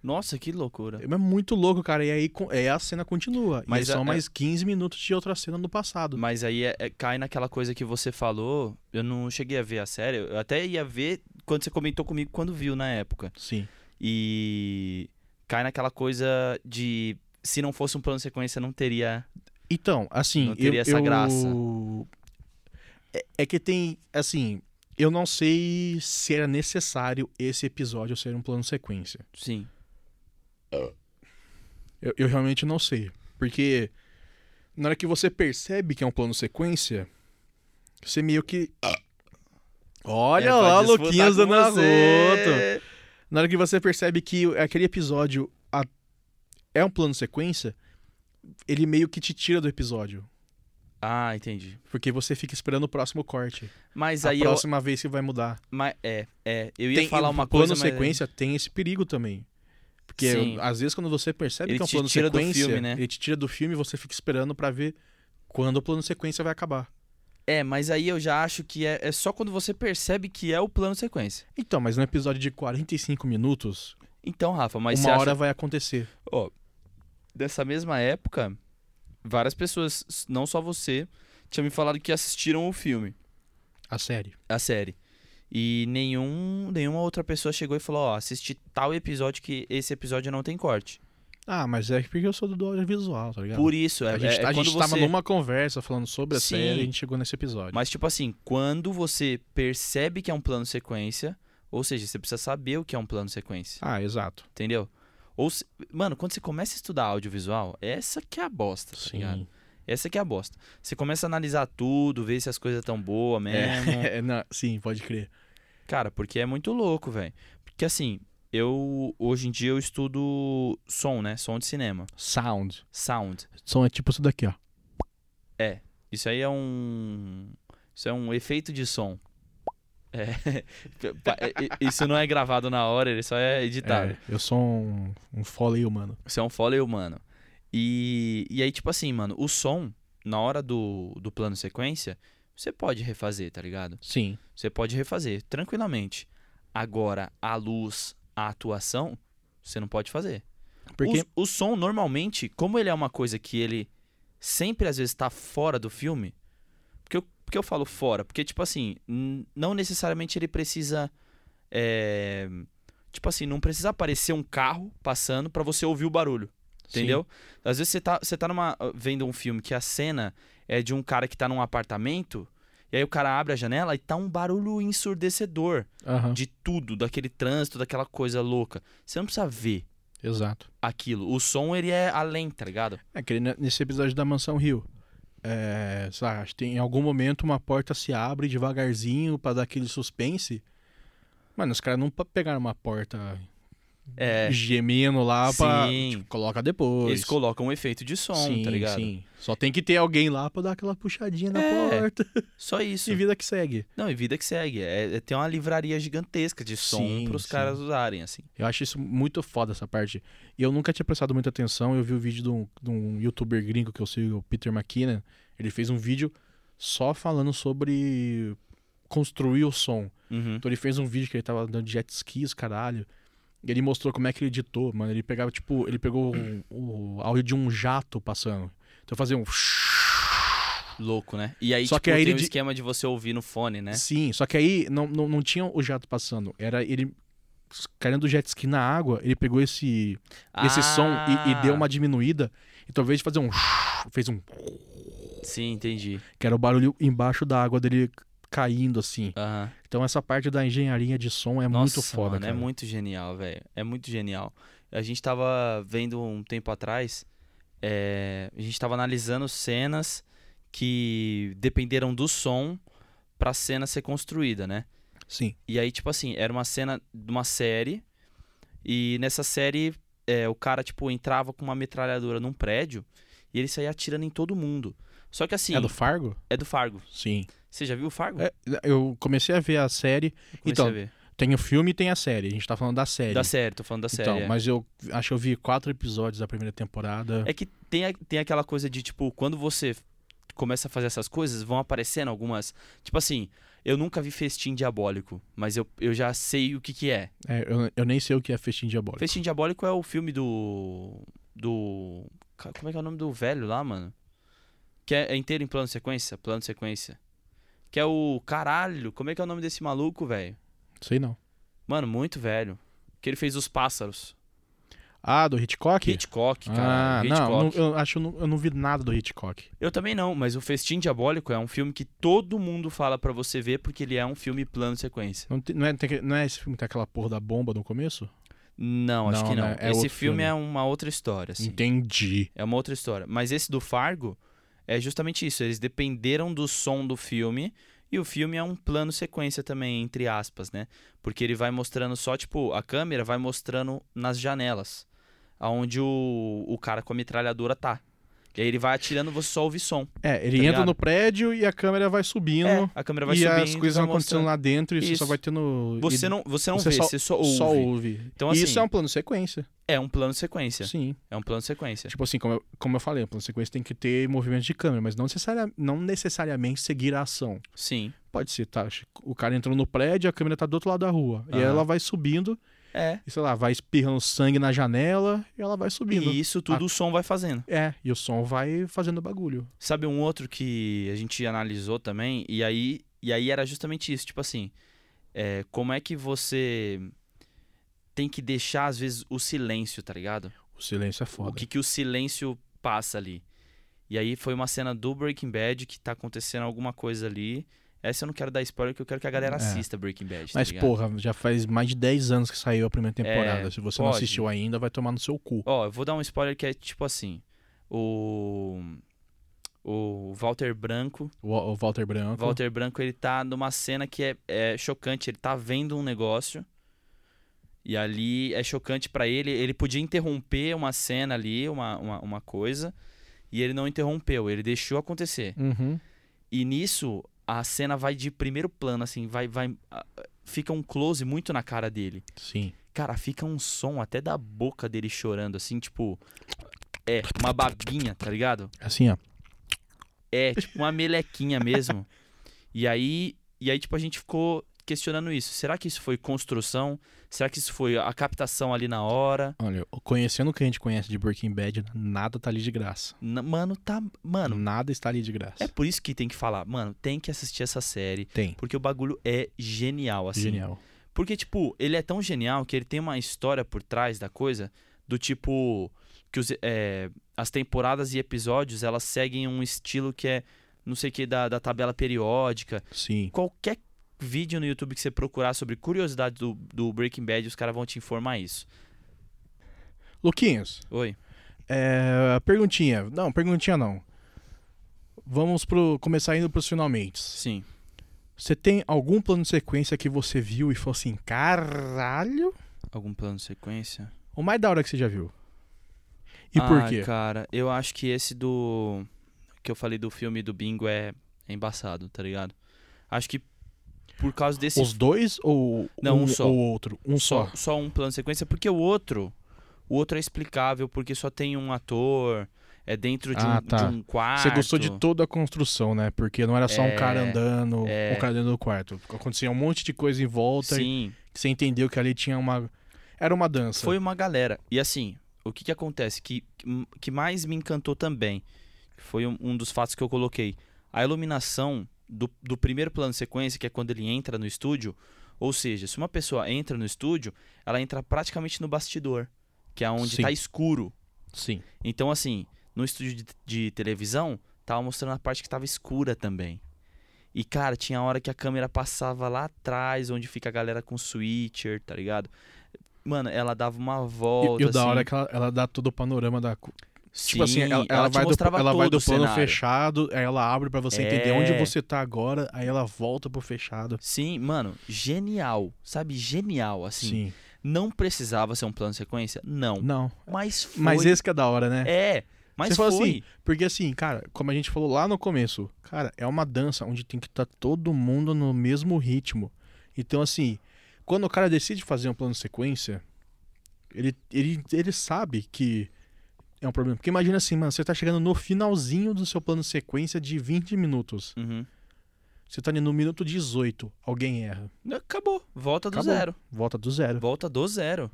Nossa, que loucura.
É muito louco, cara. E aí co- é, a cena continua.
Mas
Mas são
a-
mais 15 minutos de outra cena no passado.
Mas aí é- é- cai naquela coisa que você falou. Eu não cheguei a ver a série. Eu até ia ver quando você comentou comigo quando viu na época.
Sim.
E cai naquela coisa de se não fosse um plano de sequência, não teria.
Então, assim,
Não teria
eu,
essa
eu-
graça.
É, é que tem, assim, eu não sei se era necessário esse episódio ser um plano sequência.
Sim.
Eu, eu realmente não sei, porque na hora que você percebe que é um plano sequência, você meio que
É,
Olha lá, o Luquinhas dando arroto. Na hora que você percebe que aquele episódio a- é um plano sequência, ele meio que te tira do episódio.
Ah, entendi.
Porque você fica esperando o próximo corte.
Mas
a
aí eu.
próxima vez que vai mudar.
Mas, é, é. Eu ia falar uma
plano
coisa. mas-
sequência tem esse perigo também. Porque
Sim.
às vezes quando você percebe
Ele
que é um
te
plano
tira do
sequência,
filme, né?
ele te tira do filme e você fica esperando pra ver quando o plano sequência vai acabar.
É, mas aí eu já acho que é, é só quando você percebe que é o plano sequência.
Então, mas num episódio de 45 minutos,
Então, Rafa, mas você
uma
acha-
hora vai acontecer.
Ó, dessa mesma época, várias pessoas, s- não só você, tinham me falado que assistiram o filme,
A série.
a série. E nenhum, nenhuma outra pessoa chegou e falou, ó, assisti tal episódio que esse episódio não tem corte.
Ah, mas é porque eu sou do audiovisual, tá ligado?
Por isso, é,
a gente,
é- é
a
quando
gente
você...
tava numa conversa falando sobre a
Sim.
série e a gente chegou nesse episódio.
Mas tipo assim, quando você percebe que é um plano sequência, ou seja, você precisa saber o que é um plano sequência,
Ah, exato.
entendeu? Ou se- Mano, quando você começa a estudar audiovisual, essa que é a bosta, tá
Sim.
ligado? Essa que é a bosta. Você começa a analisar tudo, ver se as coisas tão boas mesmo.
É, não, sim, pode crer.
Cara, porque é muito louco, velho. Porque assim, eu hoje em dia eu estudo som, né? Som de cinema,
Sound.
sound.
Som é tipo isso daqui, ó.
Isso aí é um isso é um efeito de som. É. Pa- i- Isso não é gravado na hora, ele só é editado.
É, eu sou um, um foley humano.
Isso é um foley humano. E, e aí, tipo assim, mano, o som, na hora do, do plano sequência, você pode refazer, tá ligado?
Sim.
Você pode refazer tranquilamente. Agora, a luz, a atuação, você não pode fazer.
Porque
O, o som, normalmente, como ele é uma coisa que ele sempre às vezes tá fora do filme, porque eu, porque eu falo fora? Porque, tipo assim, n- não necessariamente ele precisa. é, tipo assim, não precisa aparecer um carro passando pra você ouvir o barulho. Entendeu? Às vezes você tá, você tá numa, vendo um filme que a cena é de um cara que tá num apartamento, e aí o cara abre a janela e tá um barulho ensurdecedor
Sim. Aham,
de tudo, daquele trânsito, daquela coisa louca. Você não precisa ver
Exato.
aquilo. O som, ele é além, tá ligado?
É que ele- nesse episódio da Mansão Rio. É, sei lá, acho que tem, em algum momento uma porta se abre devagarzinho pra dar aquele suspense. Mano, os caras não pa- pegaram uma porta
É,
gemendo lá pra.
Sim.
Tipo, coloca depois.
eles colocam um efeito de som,
sim,
tá ligado?
sim. Só tem que ter alguém lá pra dar aquela puxadinha na
É,
porta.
Só isso.
E vida que segue.
Não, e vida que segue. É, é- tem uma livraria gigantesca de som
Sim,
pros
sim.
caras usarem, assim.
Eu acho isso muito foda, essa parte. E eu nunca tinha prestado muita atenção. Eu vi o vídeo de um, de um youtuber gringo que eu sigo, o Peter McKinnon. Ele fez um vídeo só falando sobre construir o som.
Uhum.
Então ele fez um vídeo que ele tava andando de jet skis, caralho. E ele mostrou como é que ele editou, mano. Ele pegava, tipo, ele pegou o, o áudio de um jato passando. Então fazia um.
Louco, né? E aí,
Só
tipo,
que aí
tem
ele
o
di-
esquema de você ouvir no fone, né?
Sim, só que aí não, não, não tinha o jato passando. Era ele caindo do jet ski na água, ele pegou esse, esse
Ah,
som e, e deu uma diminuída. E talvez fazer um. Fez um.
Sim, entendi.
Que era o barulho embaixo da água dele caindo, assim.
Aham.
Então essa parte da engenharia de som é
Nossa,
muito foda,
mano,
cara.
É muito genial, velho. É muito genial. A gente tava vendo um tempo atrás, é, a gente tava analisando cenas que dependeram do som pra cena ser construída, né?
Sim.
E aí, tipo assim, era uma cena de uma série. E nessa série, é, o cara, tipo, entrava com uma metralhadora num prédio e ele saía atirando em todo mundo. Só que assim,
É do Fargo?
Fargo.
Sim.
Você já viu o Fargo?
É, eu comecei a ver a série.
Eu comecei
então,
a ver.
Tem o filme e tem a série. A gente tá falando da série.
Da série, tô falando da série.
Então,
é.
mas eu acho que eu vi quatro episódios da primeira temporada.
É que tem, a- tem aquela coisa de, tipo, quando você começa a fazer essas coisas, vão aparecendo algumas. Tipo assim, eu nunca vi festim diabólico, mas eu, eu já sei o que, que é.
É, eu, eu nem sei o que é Festim Diabólico.
Festim diabólico é o filme do. Do. ca- Como é que é o nome do velho lá, mano? Que é, é inteiro em plano sequência? Plano sequência. Que é o. Caralho, como é que é o nome desse maluco, velho?
Sei não.
Mano, muito velho. Que ele fez os pássaros.
Ah, do Hitchcock?
Hitchcock, cara.
ah,
Hitchcock.
não, não, eu acho que eu não- eu não vi nada do Hitchcock.
Eu também não, mas o Festim Diabólico é um filme que todo mundo fala pra você ver porque ele é um filme plano sequência.
Não, tem- não é, tem que- não é esse filme que tem aquela porra da bomba no começo?
Não, acho
Não,
que não.
né? É
Esse
outro filme.
filme, é uma outra história, assim.
Entendi.
É uma outra história. Mas esse do Fargo é justamente isso. Eles dependeram do som do filme. E o filme é um plano sequência também, entre aspas, né? Porque ele vai mostrando só, tipo, a câmera vai mostrando nas janelas. Aonde o, o cara com a metralhadora tá. E aí ele vai atirando, você só ouve som.
É, ele
Tá
entra
ligado?
no prédio e a câmera vai subindo.
É, a câmera vai
e
subindo.
as coisas
vai
vão acontecendo
mostrando.
lá dentro e você
Isso.
só vai tendo.
Você
e-
não, você não
você
vê,
só-
você só ouve.
Só ouve.
Então,
E
assim-
isso é um plano sequência.
É um plano sequência.
Sim.
É um plano sequência.
Tipo assim, como eu, como eu falei, o plano sequência tem que ter movimento de câmera, mas não, necessaria, não necessariamente seguir a ação.
Sim.
Pode ser, tá? O cara entrou no prédio, a câmera tá do outro lado da rua. E
Aham.
aí ela vai subindo,
É.
e sei lá, vai espirrando sangue na janela e ela vai subindo.
E isso
Ah.
tudo o som vai fazendo.
É, e o som vai fazendo bagulho.
Sabe um outro que a gente analisou também, e aí, e aí era justamente isso, tipo assim, é, como é que você tem que deixar, às vezes, o silêncio, tá ligado?
O silêncio é
O
foda.
que, que o silêncio passa ali. E aí foi uma cena do Breaking Bad que tá acontecendo alguma coisa ali. Essa eu não quero dar spoiler, porque eu quero que a galera
É.
assista Breaking Bad, tá
Mas,
ligado? É,
porra, já faz mais de 10 anos que saiu a primeira temporada. Se você não
pode.
assistiu ainda, vai tomar no seu cu.
Ó, eu vou dar um spoiler que é tipo assim, o... O Walter Branco
O, o Walter Branco.
Walter Branco, ele tá numa cena que é, é chocante. Ele tá vendo um negócio. E ali é chocante pra ele. Ele podia interromper uma cena ali, uma, uma, uma coisa. E ele não interrompeu, ele deixou acontecer.
Uhum.
E nisso, a cena vai de primeiro plano, assim, vai. vai a- fica um close muito na cara dele.
Sim.
Cara, fica um som até da boca dele chorando, assim, tipo. É, uma babinha, tá ligado?
Assim, ó.
É, tipo uma melequinha mesmo. E aí, e aí tipo a gente ficou questionando isso. Será que isso foi construção? Será que isso foi a captação ali na hora?
Olha, conhecendo o que a gente conhece de Breaking Bad, nada tá ali de graça.
Na- mano, tá, mano,
Nada está ali de graça.
é por isso que tem que falar, mano, tem que assistir essa série,
Tem.
porque o bagulho é genial assim.
Genial.
Porque tipo, ele é tão genial que ele tem uma história por trás da coisa do tipo que os, é, as temporadas e episódios, elas seguem um estilo que é não sei o que da- da tabela periódica,
Sim.
qualquer vídeo no YouTube que você procurar sobre curiosidade do, do Breaking Bad, os caras vão te informar isso.
Luquinhos,
Oi.
é, perguntinha. Não, perguntinha não. Vamos pro, começar indo pros finalmente.
Sim.
Você tem algum plano de sequência que você viu e falou assim, caralho?
Algum plano de sequência?
O mais da hora que você já viu. E por
Ah,
quê?
cara, eu acho que esse do. Que eu falei do filme do Bingo é, é embaçado, tá ligado? Acho que por causa desse.
Os dois ou
Não,
um,
um só.
ou outro? Um só.
Só um plano de sequência, porque o outro. O outro é explicável, porque só tem um ator, é dentro de,
Ah,
um, de
tá.
um quarto.
Você gostou de toda a construção, né? Porque não era só um
É,
cara andando,
é.
um cara dentro do quarto. Acontecia um monte de coisa em volta e
Sim.
você entendeu que ali tinha uma. Era uma dança.
Foi uma galera. E assim, o que que acontece? Que, que mais me encantou também, que foi um, um dos fatos que eu coloquei. A iluminação do, do primeiro plano de sequência, que é quando ele entra no estúdio, ou seja, se uma pessoa entra no estúdio, ela entra praticamente no bastidor, que é onde
Sim.
tá escuro.
Sim.
Então, assim, no estúdio de, de televisão, tava mostrando a parte que tava escura também. E, cara, tinha hora que a câmera passava lá atrás, onde fica a galera com switcher, tá ligado? Mano, ela dava uma
E,
volta.
e o da
assim.
hora é que ela, ela dá todo o panorama da. cu-
Sim,
tipo assim, ela, ela
te
vai, do,
mostrava
ela vai
todo
do
o
plano
cenário.
fechado, aí ela abre pra você entender
É.
onde você tá agora, aí ela volta pro fechado.
Sim, mano, genial. Sabe, genial, assim.
Sim.
Não precisava ser um plano de sequência? Não.
Não.
Mas foi.
Mas esse que é da hora, né?
É, mas
Você
foi.
fala assim, Porque assim, cara, como a gente falou lá no começo, cara, é uma dança onde tem que estar todo mundo no mesmo ritmo. Então, assim, quando o cara decide fazer um plano de sequência, ele, ele, ele sabe que é um problema. Porque imagina assim, mano, você tá chegando no finalzinho do seu plano de sequência de 20 minutos.
Uhum.
Você tá ali no minuto 18, alguém erra.
Acabou. Volta do
Acabou.
zero.
Volta do zero.
Volta do zero.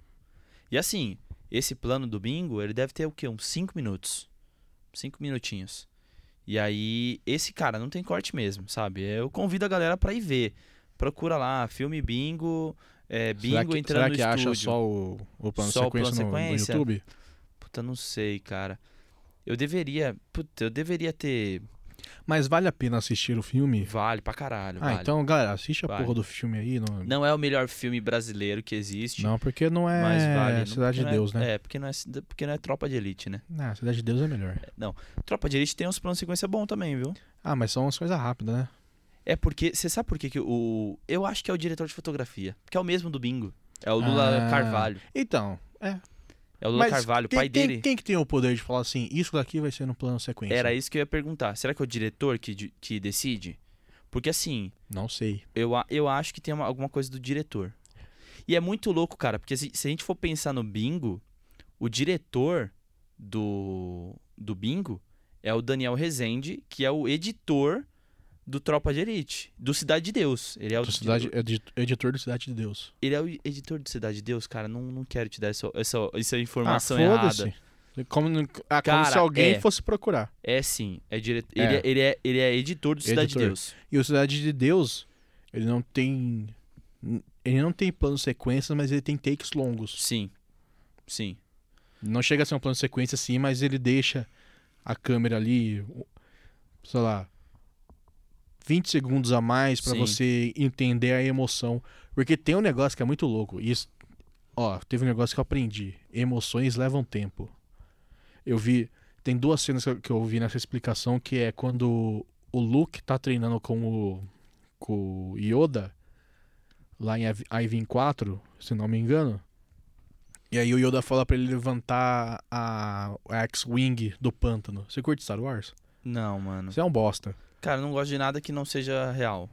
E assim, esse plano do bingo, ele deve ter o quê? Uns 5 minutos. 5 minutinhos. E aí, esse cara não tem corte mesmo, sabe? Eu convido a galera pra ir ver. Procura lá, filme bingo, é, bingo
será que,
entrando
será
no
que acha
estúdio.
só o, o plano de
Só o
sequência,
plano
no- no,
sequência?
YouTube?
Puta, não sei, cara. Eu deveria, puta, eu deveria ter,
Mas vale a pena assistir o filme?
vale pra caralho,
Ah,
vale.
então, galera, assiste a
Vale.
porra do filme aí. no-
Não é o melhor filme brasileiro que existe,
Não, porque não é
mas vale.
Cidade
não- porque
de
não é-
Deus, né?
É, porque não é, cida- porque não é Tropa de Elite, né?
Ah, Cidade de Deus é melhor.
Tropa de Elite tem uns planos de sequência bom também, viu?
Ah, mas são umas coisas rápidas, né?
É porque, você sabe por que, que o. Eu acho que é o diretor de fotografia, que é o mesmo do Bingo. É o Lula
Ah.
Carvalho.
Então, é.
É o Lula
mas
Carvalho, o
quem,
pai
quem-
dele.
Quem que tem o poder de falar assim, isso daqui vai ser no plano sequência?
Era isso que eu ia perguntar. Será que é o diretor que, de- que decide? Porque assim,
Não sei.
eu, a- eu acho que tem uma- alguma coisa do diretor. E é muito louco, cara, porque se, se a gente for pensar no Bingo, o diretor do, do Bingo é o Daniel Rezende, que é o editor do Tropa de Elite, do Cidade de Deus. Ele é o
Do Cidade, edi- editor do Cidade de Deus. Ah,
Ele é o editor do Cidade de Deus, cara. Não, não quero te dar essa, essa, essa informação
ah,
errada.
foda-se. Como, não- ah, como
Cara,
se alguém
é.
fosse procurar.
É sim. É dire...
É.
Ele, é, ele, é, ele é editor do Cidade
Editor.
de Deus.
E o Cidade de Deus, ele não tem... Ele não tem plano sequência, mas ele tem takes longos.
Sim. Sim.
Não chega a ser um plano de sequência assim, mas ele deixa a câmera ali, sei lá, 20 segundos a mais pra
Sim.
você entender a emoção. Porque tem um negócio que é muito louco. Isso, ó, teve um negócio que eu aprendi. Emoções levam tempo. Eu vi. Tem duas cenas que eu- que eu vi nessa explicação, que é quando o Luke tá treinando com o, com o Yoda, lá em Iv- Ivin 4, se não me engano. E aí o Yoda fala pra ele levantar a a X-Wing do pântano. Você curte Star Wars?
Não, mano.
Você é um bosta.
Cara, eu não gosto de nada que não seja real.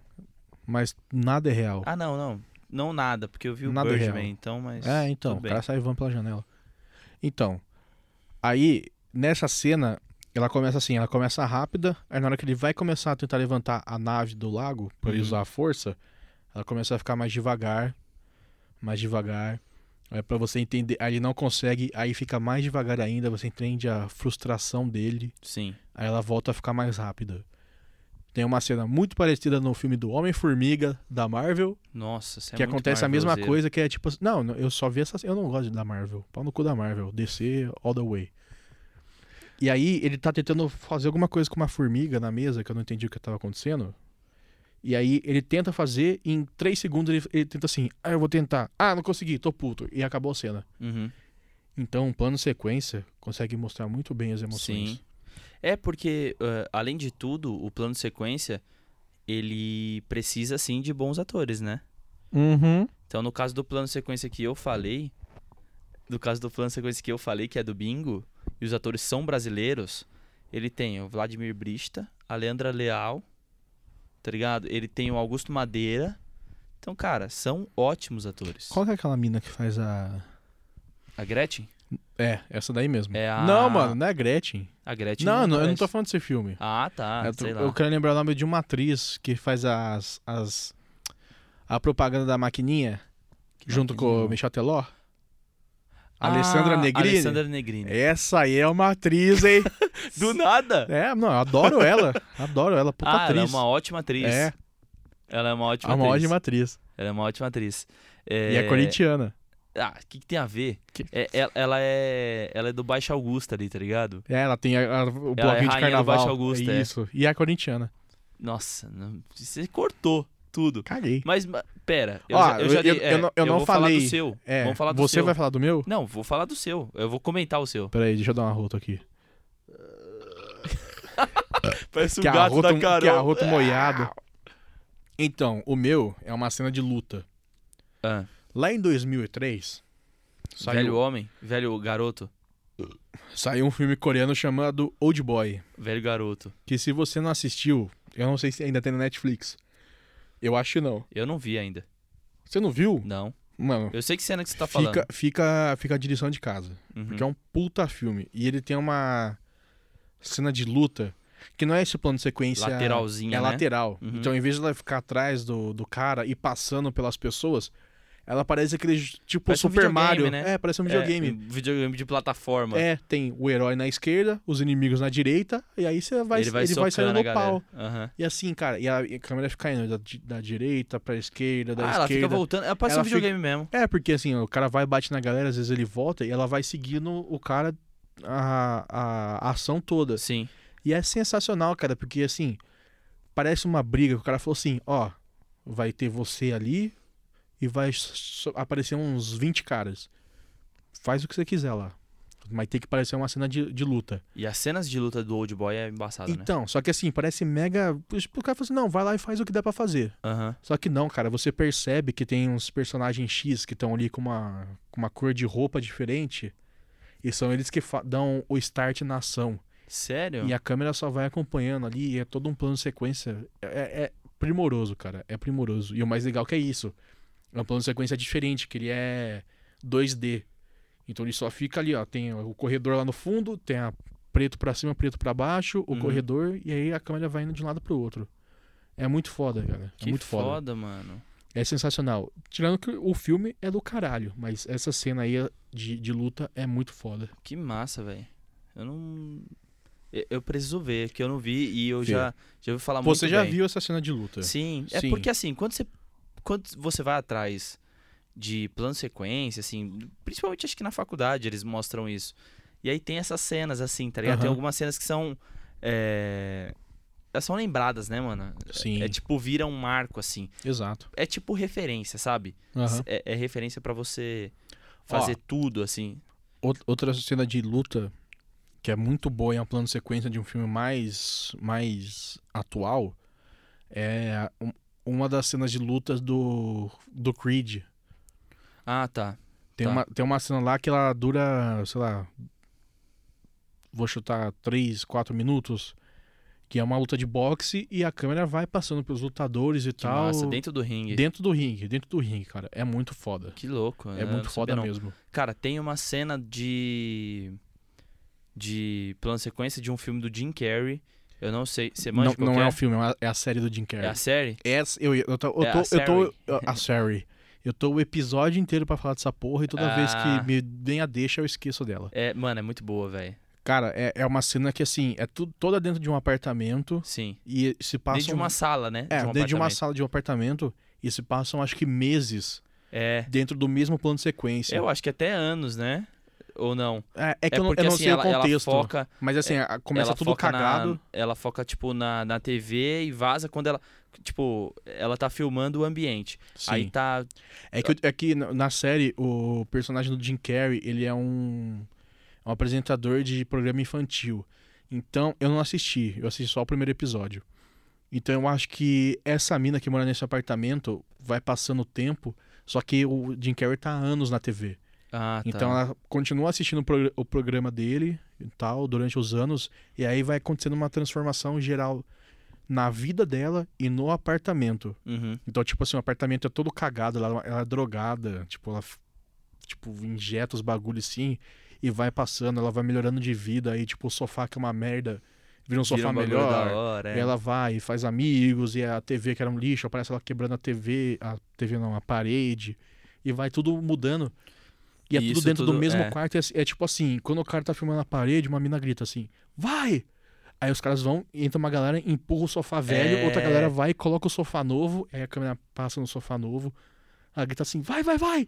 Mas nada é real.
Ah, não, não. Não nada, porque eu vi o
Nada
Birdman,
real.
então, mas.
É, então,
tudo
o
bem.
cara sai voando pela janela. Então, aí, nessa cena, ela começa assim, ela começa rápida, aí na hora que ele vai começar a tentar levantar a nave do lago, pra ele
Uhum.
usar a força, ela começa a ficar mais devagar, mais devagar, é para você entender, aí ele não consegue, aí fica mais devagar ainda, você entende a frustração dele,
Sim.
aí ela volta a ficar mais rápida. Tem uma cena muito parecida no filme do Homem-Formiga, da Marvel,
Nossa, você é
que
muito
acontece a mesma
marvelzeiro.
coisa que é tipo assim, não, não, eu só vi essa eu não gosto da Marvel, pau no cu da Marvel, DC all the way. E aí ele tá tentando fazer alguma coisa com uma formiga na mesa, que eu não entendi o que tava acontecendo. E aí ele tenta fazer e em 3 segundos ele, ele tenta assim, ah, eu vou tentar. Ah, não consegui, tô puto. E acabou a cena.
Uhum.
Então, um plano sequência consegue mostrar muito bem as emoções.
Sim. É porque, ah, além de tudo, o plano de sequência, ele precisa sim de bons atores, né?
Uhum.
Então, no caso do plano de sequência que eu falei, no caso do plano de sequência que eu falei, que é do Bingo, e os atores são brasileiros, ele tem o Vladimir Brista, a Leandra Leal, tá ligado? Ele tem o Augusto Madeira. Então, cara, são ótimos atores.
Qual que é aquela mina que faz a.
A Gretchen?
É, essa daí mesmo.
É a-
Não, mano, não é a Gretchen.
A Gretchen.
não, não, eu não tô
parece.
falando desse filme.
Ah, tá.
eu, tô-
sei lá.
eu quero lembrar o nome de uma atriz que faz as. as a propaganda da maquininha junto com o
maquininha?
Michel Teló.
Ah,
Alessandra Negrini.
Alessandra Negrini.
Essa aí é uma atriz, hein?
Do nada!
é, não, eu adoro ela. Adoro ela, puta
ah,
atriz.
ela é uma ótima atriz.
É.
Ela é uma ótima
É uma
atriz.
ótima atriz.
Ela é uma ótima atriz.
E é corintiana.
Ah, o que, que tem a ver?
Que-
É, ela, ela é, ela é do Baixa Augusta ali, tá ligado?
É, ela tem a- a- o bloquinho
é
de
rainha do
carnaval.
Baixo Augusto, é.
Isso. E é corintiana.
Nossa, não- você cortou tudo.
Caguei.
Mas, ma- pera. Eu,
Ó,
já, eu, já
eu-
dei-
eu-
é,
eu não- eu não
vou falar
falei.
do seu.
É,
Vamos falar do
você
seu.
vai falar do meu?
Não, vou falar do seu. Eu vou comentar o seu.
Peraí, deixa eu dar uma rota aqui.
Parece
que arroto, que arroto moiado. Então, o meu é uma cena de luta.
Ah,
Lá em 2003,
velho
saiu,
homem, velho garoto,
saiu um filme coreano chamado Old Boy.
velho garoto.
Que se você não assistiu, eu não sei se ainda tem na Netflix. Eu acho que não.
Eu não vi ainda.
Você não viu?
Não.
Mano,
Eu sei que cena que você tá falando.
fica, fica, fica a direção de casa.
Uhum.
Porque é um puta filme. E ele tem uma cena de luta que não é esse plano de sequência.
Lateralzinha,
É
né?
lateral.
Uhum.
Então, em vez de ela ficar atrás do, do cara e passando pelas pessoas, ela parece aquele tipo
Parece um
Super Mario.
videogame, né?
É, parece um
É,
videogame.
um videogame de plataforma.
É, tem o herói na esquerda, os inimigos na direita, e aí você vai,
ele vai,
saindo
socando
no
a galera.
pau.
Aham.
E assim, cara, e a, e a câmera fica indo da, di- da direita pra esquerda, da
Ah, ela
esquerda.
fica voltando. Ela parece
Ela
um videogame mesmo.
É, porque assim, o cara vai, bate na galera, às vezes ele volta e ela vai seguindo o cara a, a, a ação toda.
Sim.
E é sensacional, cara, porque assim, parece uma briga que o cara falou assim, ó, vai ter você ali e vai so- aparecer uns 20 caras. Faz o que você quiser lá. Mas tem que parecer uma cena de, de luta.
E as cenas de luta do Old Boy é embaçado, né?
então, só que assim, parece mega. Tipo, o cara falou assim, não, vai lá e faz o que dá pra fazer.
Aham.
Só que não, cara, você percebe que tem uns personagens X que estão ali com uma, com uma cor de roupa diferente. E são eles que fa- dão o start na ação.
Sério?
E é a câmera só vai acompanhando ali, e é todo um plano de sequência. É, é primoroso, cara. É primoroso. E o mais legal que é isso. É um plano de sequência diferente, que ele é 2D. Então ele só fica ali, ó. Tem o corredor lá no fundo, tem a preto pra cima, preto pra baixo, o
Uhum.
corredor, e aí a câmera vai indo de um lado pro outro. É muito foda, cara. é
Que
muito
foda,
foda.
mano.
É sensacional. Tirando que o filme é do caralho, mas essa cena aí de, de luta é muito foda.
Que massa, velho. Eu não. Eu, eu preciso ver, que eu não vi e eu
Vê.
já, já ouvi falar Ah, muito.
Você já
bem.
viu essa cena de luta?
Sim, é
Sim.
porque assim, quando você, quando você vai atrás de plano sequência, assim, principalmente acho que na faculdade eles mostram isso. E aí tem essas cenas, assim, tá ligado? Tem
Aham.
algumas cenas que são. É... Elas são lembradas, né, mano?
Sim,
É tipo, vira um marco, assim.
exato.
É tipo referência, sabe?
Aham.
É, é referência pra você
Ó.
fazer tudo, assim.
Out- Outra cena de luta que é muito boa e é um plano de sequência de um filme mais, mais atual é a- um- uma das cenas de lutas do, do Creed.
Ah, tá.
Tem,
Tá.
uma, tem uma cena lá que ela dura, sei lá, vou chutar 3, 4 minutos, que é uma luta de boxe e a câmera vai passando pelos lutadores e
Que
tal.
massa. Dentro do ringue.
dentro do ringue, dentro do ringue, cara. É muito foda.
Que louco.
É
eu não
muito
sabia
foda
não.
mesmo.
Cara, tem uma cena de. de plano sequência de um filme do Jim Carrey. Eu não sei. Você manja
Não,
qual
não
que
é um filme, é a- é a série do Jim Carrey.
É a série?
Essa, eu, eu, tô- eu,
É,
tô,
a
eu tô. eu- A série. Eu tô o episódio inteiro pra falar dessa porra e toda vez
Ah.
que me vem a deixa, eu esqueço dela.
É, mano, é muito boa, velho.
Cara, é, é uma cena que, assim, é tudo, toda dentro de um apartamento
Sim.
e se passam.
Dentro de uma sala, né?
é, dentro
um
de uma
apartamento.
sala de um apartamento e se passam, acho que, meses
É.
dentro do mesmo plano de sequência.
Eu acho que até anos, né? Ou não?
é, é que
é
eu não, eu
porque
não
assim,
sei
ela,
o
ela
contexto.
foca.
mas, assim, a- começa
ela
tudo
foca na-
cagado.
ela foca, tipo, na, na TV e vaza quando ela. Tipo, ela tá filmando o ambiente.
Sim.
Aí tá.
É que, é que na na série, o personagem do Jim Carrey, ele é um, um apresentador de programa infantil. Então, eu não assisti, eu assisti só o primeiro episódio. Então, eu acho que essa mina que mora nesse apartamento vai passando o tempo, só que o Jim Carrey tá há anos na TV.
Ah, tá.
Então ela continua assistindo o, progr- o programa dele e tal durante os anos e aí vai acontecendo uma transformação geral na vida dela e no apartamento.
Uhum.
Então tipo assim, o apartamento é todo cagado, ela, ela é drogada, tipo ela f- tipo injeta os bagulhos sim e vai passando, ela vai melhorando de vida aí tipo o sofá que é uma merda vira um
Vira
sofá
um bagulho
melhor.
Da hora, é.
E Ela vai e faz amigos, e a TV que era um lixo, aparece ela quebrando a TV, a TV não, a parede, e vai tudo mudando. E é
E
tudo
isso
dentro
tudo-
do mesmo
é.
quarto. E é, é tipo assim, quando o cara tá filmando a parede, uma mina grita assim, vai! Aí os caras vão, e entra uma galera, empurra o sofá velho,
É.
outra galera vai, coloca o sofá novo, aí a câmera passa no sofá novo, ela grita assim, vai, vai, vai!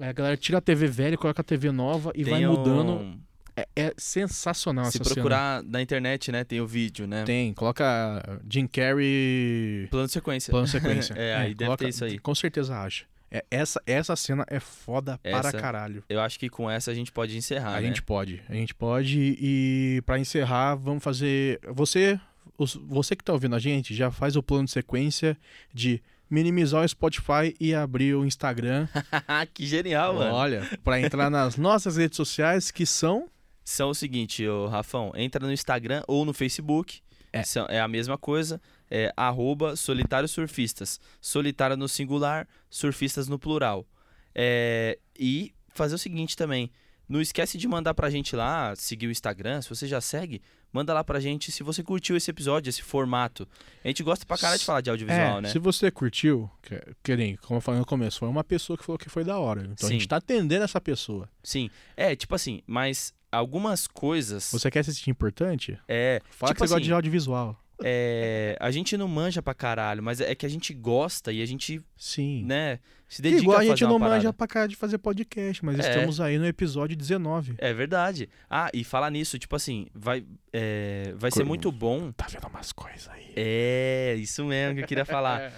Aí a galera tira a TV velha, coloca a TV nova e vai
Tem um-
mudando. É, é sensacional
Se
essa cena.
procurar na internet, né? Tem o vídeo, né?
Tem, coloca Jim Carrey
Plano de sequência.
Plano sequência.
É, aí deve ter isso aí.
Com certeza acha. É, essa, essa cena é foda
Essa?
para caralho.
Eu acho que com essa a gente pode encerrar,
a
né?
gente pode. A gente pode. E pra encerrar, vamos fazer. Você. os- Você que tá ouvindo a gente, já faz o plano de sequência de minimizar o Spotify e abrir o Instagram.
que genial, Ah, mano.
Olha, pra entrar nas nossas redes sociais, que são.
São o seguinte, ô, Rafão, entra no Instagram ou no Facebook.
É.
São- é a mesma coisa. É arroba solitário surfistas. Solitário no singular, surfistas no plural. É, e fazer o seguinte também. Não esquece de mandar pra gente lá, seguir o Instagram, se você já segue, manda lá pra gente se você curtiu esse episódio, esse formato. A gente gosta pra caralho de falar de audiovisual,
é,
né?
Se você curtiu, que, que nem, como eu falei no começo, foi uma pessoa que falou que foi da hora. Então a
Sim.
gente tá atendendo essa pessoa.
Sim. É, tipo assim, mas algumas coisas.
Você quer se sentir importante?
É.
Fala
tipo
que você
assim,
gosta de audiovisual.
É, a gente não manja pra caralho, mas é que a gente gosta e a gente,
Sim.
né, se
Que
dedica
igual
a
a
fazer
gente
uma
não
parada.
manja pra cara de fazer podcast, mas
É.
estamos aí no episódio 19.
É verdade. Ah, e falar nisso, tipo assim, vai, é, vai ser
Cor-
muito bom.
Tá vendo umas coisas aí?
É, isso mesmo que eu queria falar.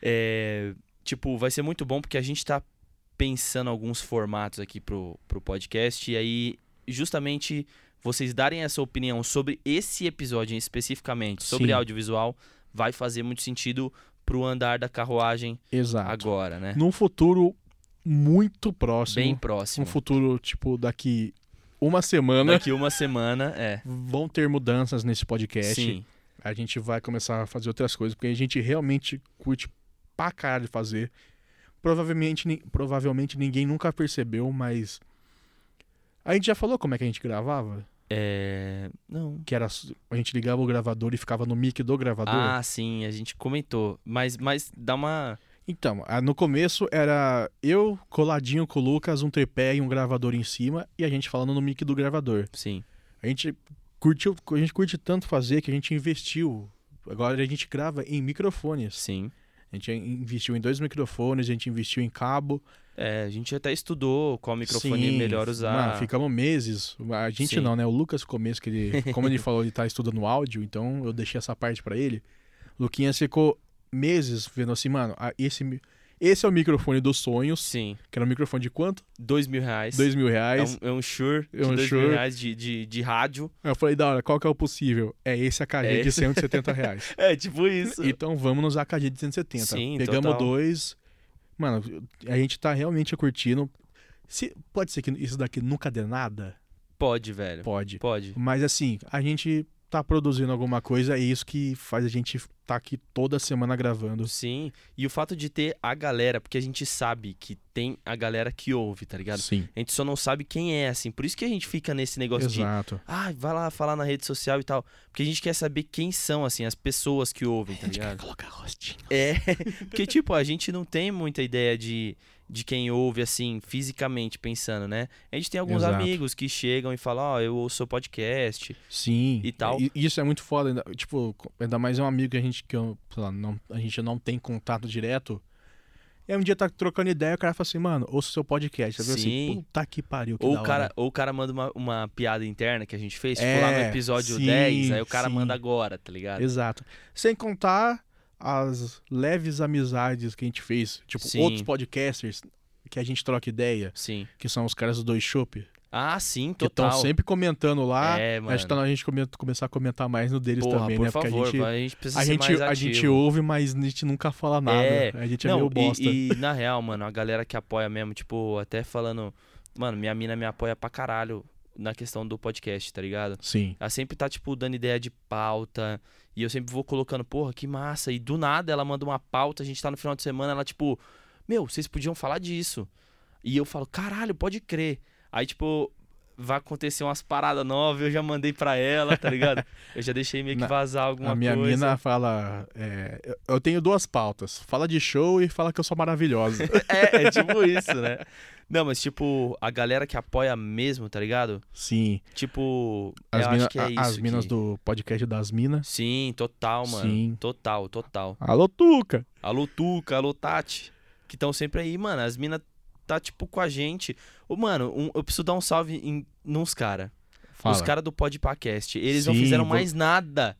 É, tipo, vai ser muito bom porque a gente tá pensando alguns formatos aqui pro, pro podcast. E aí, justamente, vocês darem essa opinião sobre esse episódio especificamente, sobre
Sim.
audiovisual, vai fazer muito sentido pro andar da carruagem
Exato.
agora, né?
Num futuro muito próximo.
Bem próximo.
Um futuro, tipo, daqui uma semana.
Daqui uma semana, é.
Vão ter mudanças nesse podcast.
Sim.
A gente vai começar a fazer outras coisas, porque a gente realmente curte pra caralho fazer. Provavelmente, ni- provavelmente ninguém nunca percebeu, mas. A gente já falou como é que a gente gravava?
É. Não.
Que era. A gente ligava o gravador e ficava no mic do gravador.
Ah, sim, a gente comentou. Mas, mas dá uma.
Então, a- no começo era eu coladinho com o Lucas, um tripé e um gravador em cima, e a gente falando no mic do gravador.
Sim.
A gente curtiu, a gente curte tanto fazer que a gente investiu. Agora a gente grava em microfones.
Sim.
A gente investiu em dois microfones, a gente investiu em cabo.
É, a gente até estudou qual microfone
Sim,
melhor usar.
mano, ficamos meses. A gente
Sim.
não, né? O Lucas começo que ele, como ele falou, ele tá estudando áudio, então eu deixei essa parte pra ele. O Luquinhas ficou meses vendo assim, mano, ah, esse mi- esse é o microfone dos sonhos.
Sim.
Que era um microfone de quanto?
Dois mil reais.
Dois mil
é
reais.
um, é um Shure
É
de
um
dois mil
Shure.
reais de, de, de rádio.
Aí Eu falei, da hora, qual que é o possível? É esse a KG
um É
de
esse.
170 reais.
É, tipo isso.
então vamos nos AKG de 170.
Sim,
Pegamos
total.
dois. Mano, a gente tá realmente curtindo. Se, pode ser que isso daqui nunca dê nada?
Pode, velho.
Pode.
Pode.
Mas assim, a gente tá produzindo alguma coisa e é isso que faz a gente tá aqui toda semana gravando.
Sim. E o fato de ter a galera, porque a gente sabe que tem a galera que ouve, tá ligado?
Sim,
A gente só não sabe quem é, assim. Por isso que a gente fica nesse negócio de
exato.
Ah, vai lá falar na rede social e tal. Porque a gente quer saber quem são, assim, as pessoas que ouvem, tá ligado?
colocar rostinho.
É, porque, tipo, a gente não tem muita ideia de, de quem ouve, assim, fisicamente pensando, né? A gente tem alguns
Exato.
amigos que chegam e falam, ó, eu ouço seu podcast.
Sim.
E tal.
isso é muito foda. ainda- Tipo, ainda mais é um amigo que a gente, que eu, sei lá, não, a gente não tem contato direto. E aí um dia tá trocando ideia, o cara fala assim, mano, ouça o seu podcast. Você
Sim.
assim, puta que pariu, que
Ou
da
o,
hora."
cara, ou o cara manda uma, uma piada interna que a gente fez,
É,
tipo, lá no episódio
sim,
10, aí o cara
sim.
manda agora, tá ligado?
Exato. Sem contar as leves amizades que a gente fez. Tipo,
Sim.
outros podcasters que a gente troca ideia,
Sim.
que são os caras do Dois Chopp.
Ah, sim,
Que estão
total.
sempre comentando lá.
É,
Acho que tá na hora de a gente come- começar a comentar mais no deles
Porra,
também,
por
né?
favor,
Porque a gente,
vai, a gente precisa
a
ser mais
gente, a gente
ativo.
ouve, mas a gente nunca fala nada.
É.
A gente é
Não,
meio
e-
bosta.
E, na real, mano, a galera que apoia mesmo, tipo, até falando, mano, minha mina me apoia pra caralho na questão do podcast, tá ligado?
Sim.
Ela sempre tá, tipo, dando ideia de pauta. E eu sempre vou colocando, porra, que massa. E do nada ela manda uma pauta, a gente tá no final de semana, ela, tipo, meu, vocês podiam falar disso. E eu falo, caralho, pode crer. Aí, tipo, vai acontecer umas paradas novas, eu já mandei pra ela, tá ligado? Eu já deixei meio que
Na-
vazar alguma
a minha
coisa.
mina fala. é, eu- eu tenho duas pautas. Fala de show e fala que eu sou maravilhosa.
É, é tipo isso, né? Não, mas tipo, a galera que apoia mesmo, tá ligado?
Sim.
Tipo,
As,
eu
mina-
acho que é
a-
isso.
as minas
que-
do podcast das minas.
Sim, total, mano.
Sim.
Total, total.
Alô, Tuca!
Alô, Tuca, alô, Tati. Que estão sempre aí, mano. As minas tá, tipo, com a gente. Ô, mano, um- eu preciso dar um salve em, nos caras.
Fala.
Os caras do Podpacast. Eles não
Sim,
fizeram
vou-
mais nada.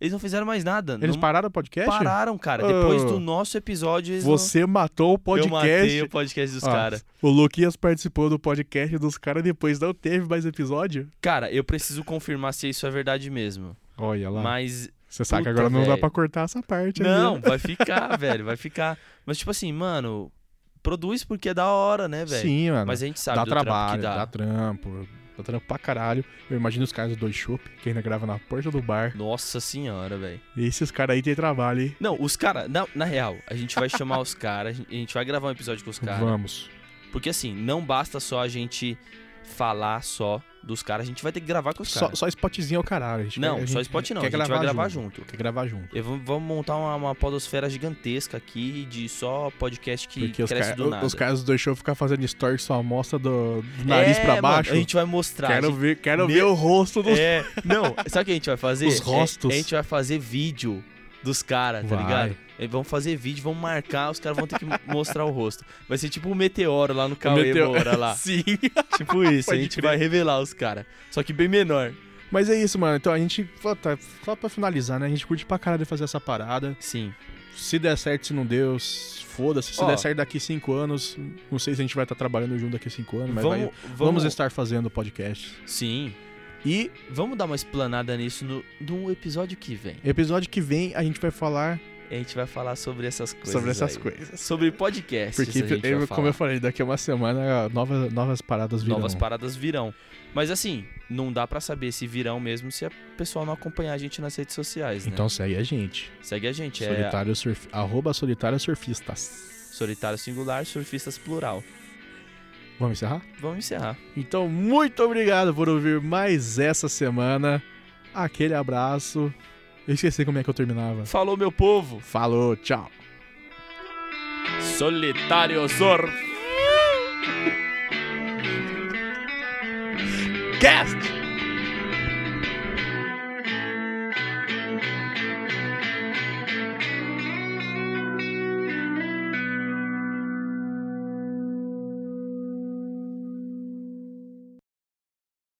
Eles não fizeram mais nada.
Eles
não
pararam o podcast?
pararam, cara.
Ah.
Depois do nosso episódio, eles não...
Você matou o
Eu matei
podcast.
o podcast dos
Ó,
caras.
O Luquinhas participou do podcast dos caras depois não teve mais episódio.
Cara, eu preciso confirmar se isso é verdade mesmo.
Olha lá.
Mas.
Você sabe que
puta,
agora não dá
velho.
pra cortar essa parte. aí,
Não,
né?
vai ficar, velho. Vai ficar. Mas, tipo assim, mano, produz porque é da hora, né, velho?
Sim, mano.
Mas a gente sabe
dá
do trampo
trabalho,
que dá.
dá. trampo. Dá trampo pra caralho. Eu imagino os caras do Dois Shop, que ainda grava na porta do bar.
Nossa senhora, velho.
E esses caras aí tem trabalho, hein?
Não, os caras. Na, na real, a gente vai chamar os caras, a gente vai gravar um episódio com os caras.
Vamos.
Porque assim, não basta só a gente falar só dos caras, a gente vai ter que gravar com os
Só,
caras.
só spotzinho é o caralho. a gente
Não,
quer- a
só
gente
spot não,
quer
a gente vai gravar junto.
Quer gravar junto.
Eu vou- vamos montar uma, uma podosfera gigantesca aqui de só podcast que
Porque os,
cresce
cara-
do nada.
os caras do Dois Shop ficam fazendo stories só mostra do, do nariz
É,
pra
mano,
baixo.
a gente vai mostrar. a
quero
gente
ver, quero
Meu-
ver o rosto dos
É, não, sabe o que a gente vai fazer?
Os rostos.
É, a gente vai fazer vídeo dos caras, tá
Vai.
ligado? É, Vamos fazer vídeo, vamos marcar, os caras vão ter que mostrar o rosto. Vai ser tipo um meteoro lá no Cauê
meteo-
Moura lá.
Sim.
Tipo isso, a
Pode
gente
crer.
vai revelar os caras. Só que bem menor.
Mas é isso, mano. Então a gente. pô, tá, Só pra finalizar, né? A gente curte pra caralho fazer essa parada.
Sim.
Se der certo, se não deu, s- foda-se. Se
Ó.
der certo daqui cinco anos, não sei se a gente vai estar trabalhando junto daqui cinco anos, mas
vamos,
vai-
vamos,
vamos estar fazendo podcast.
Sim.
E
Vamos dar uma explanada nisso no, no episódio que vem.
episódio que vem a gente vai falar
A gente vai falar sobre essas coisas.
sobre essas
aí.
coisas.
Sobre podcast.
Porque,
a gente
eu-
vai
como eu
falar.
falei, daqui a uma semana novas, novas paradas virão.
Novas paradas virão. Mas assim, não dá pra saber se virão mesmo se a pessoa não acompanhar a gente nas redes sociais, né?
Então segue a gente.
Segue a gente, é
Solitário surf... Arroba Solitário Surfistas.
Solitário Singular, Surfistas Plural.
Vamos encerrar?
Vamos encerrar.
Então, muito obrigado por ouvir mais essa semana. Aquele abraço. Eu esqueci como é que eu terminava.
Falou, meu povo!
Falou, tchau.
Solitário Surf!
Cast!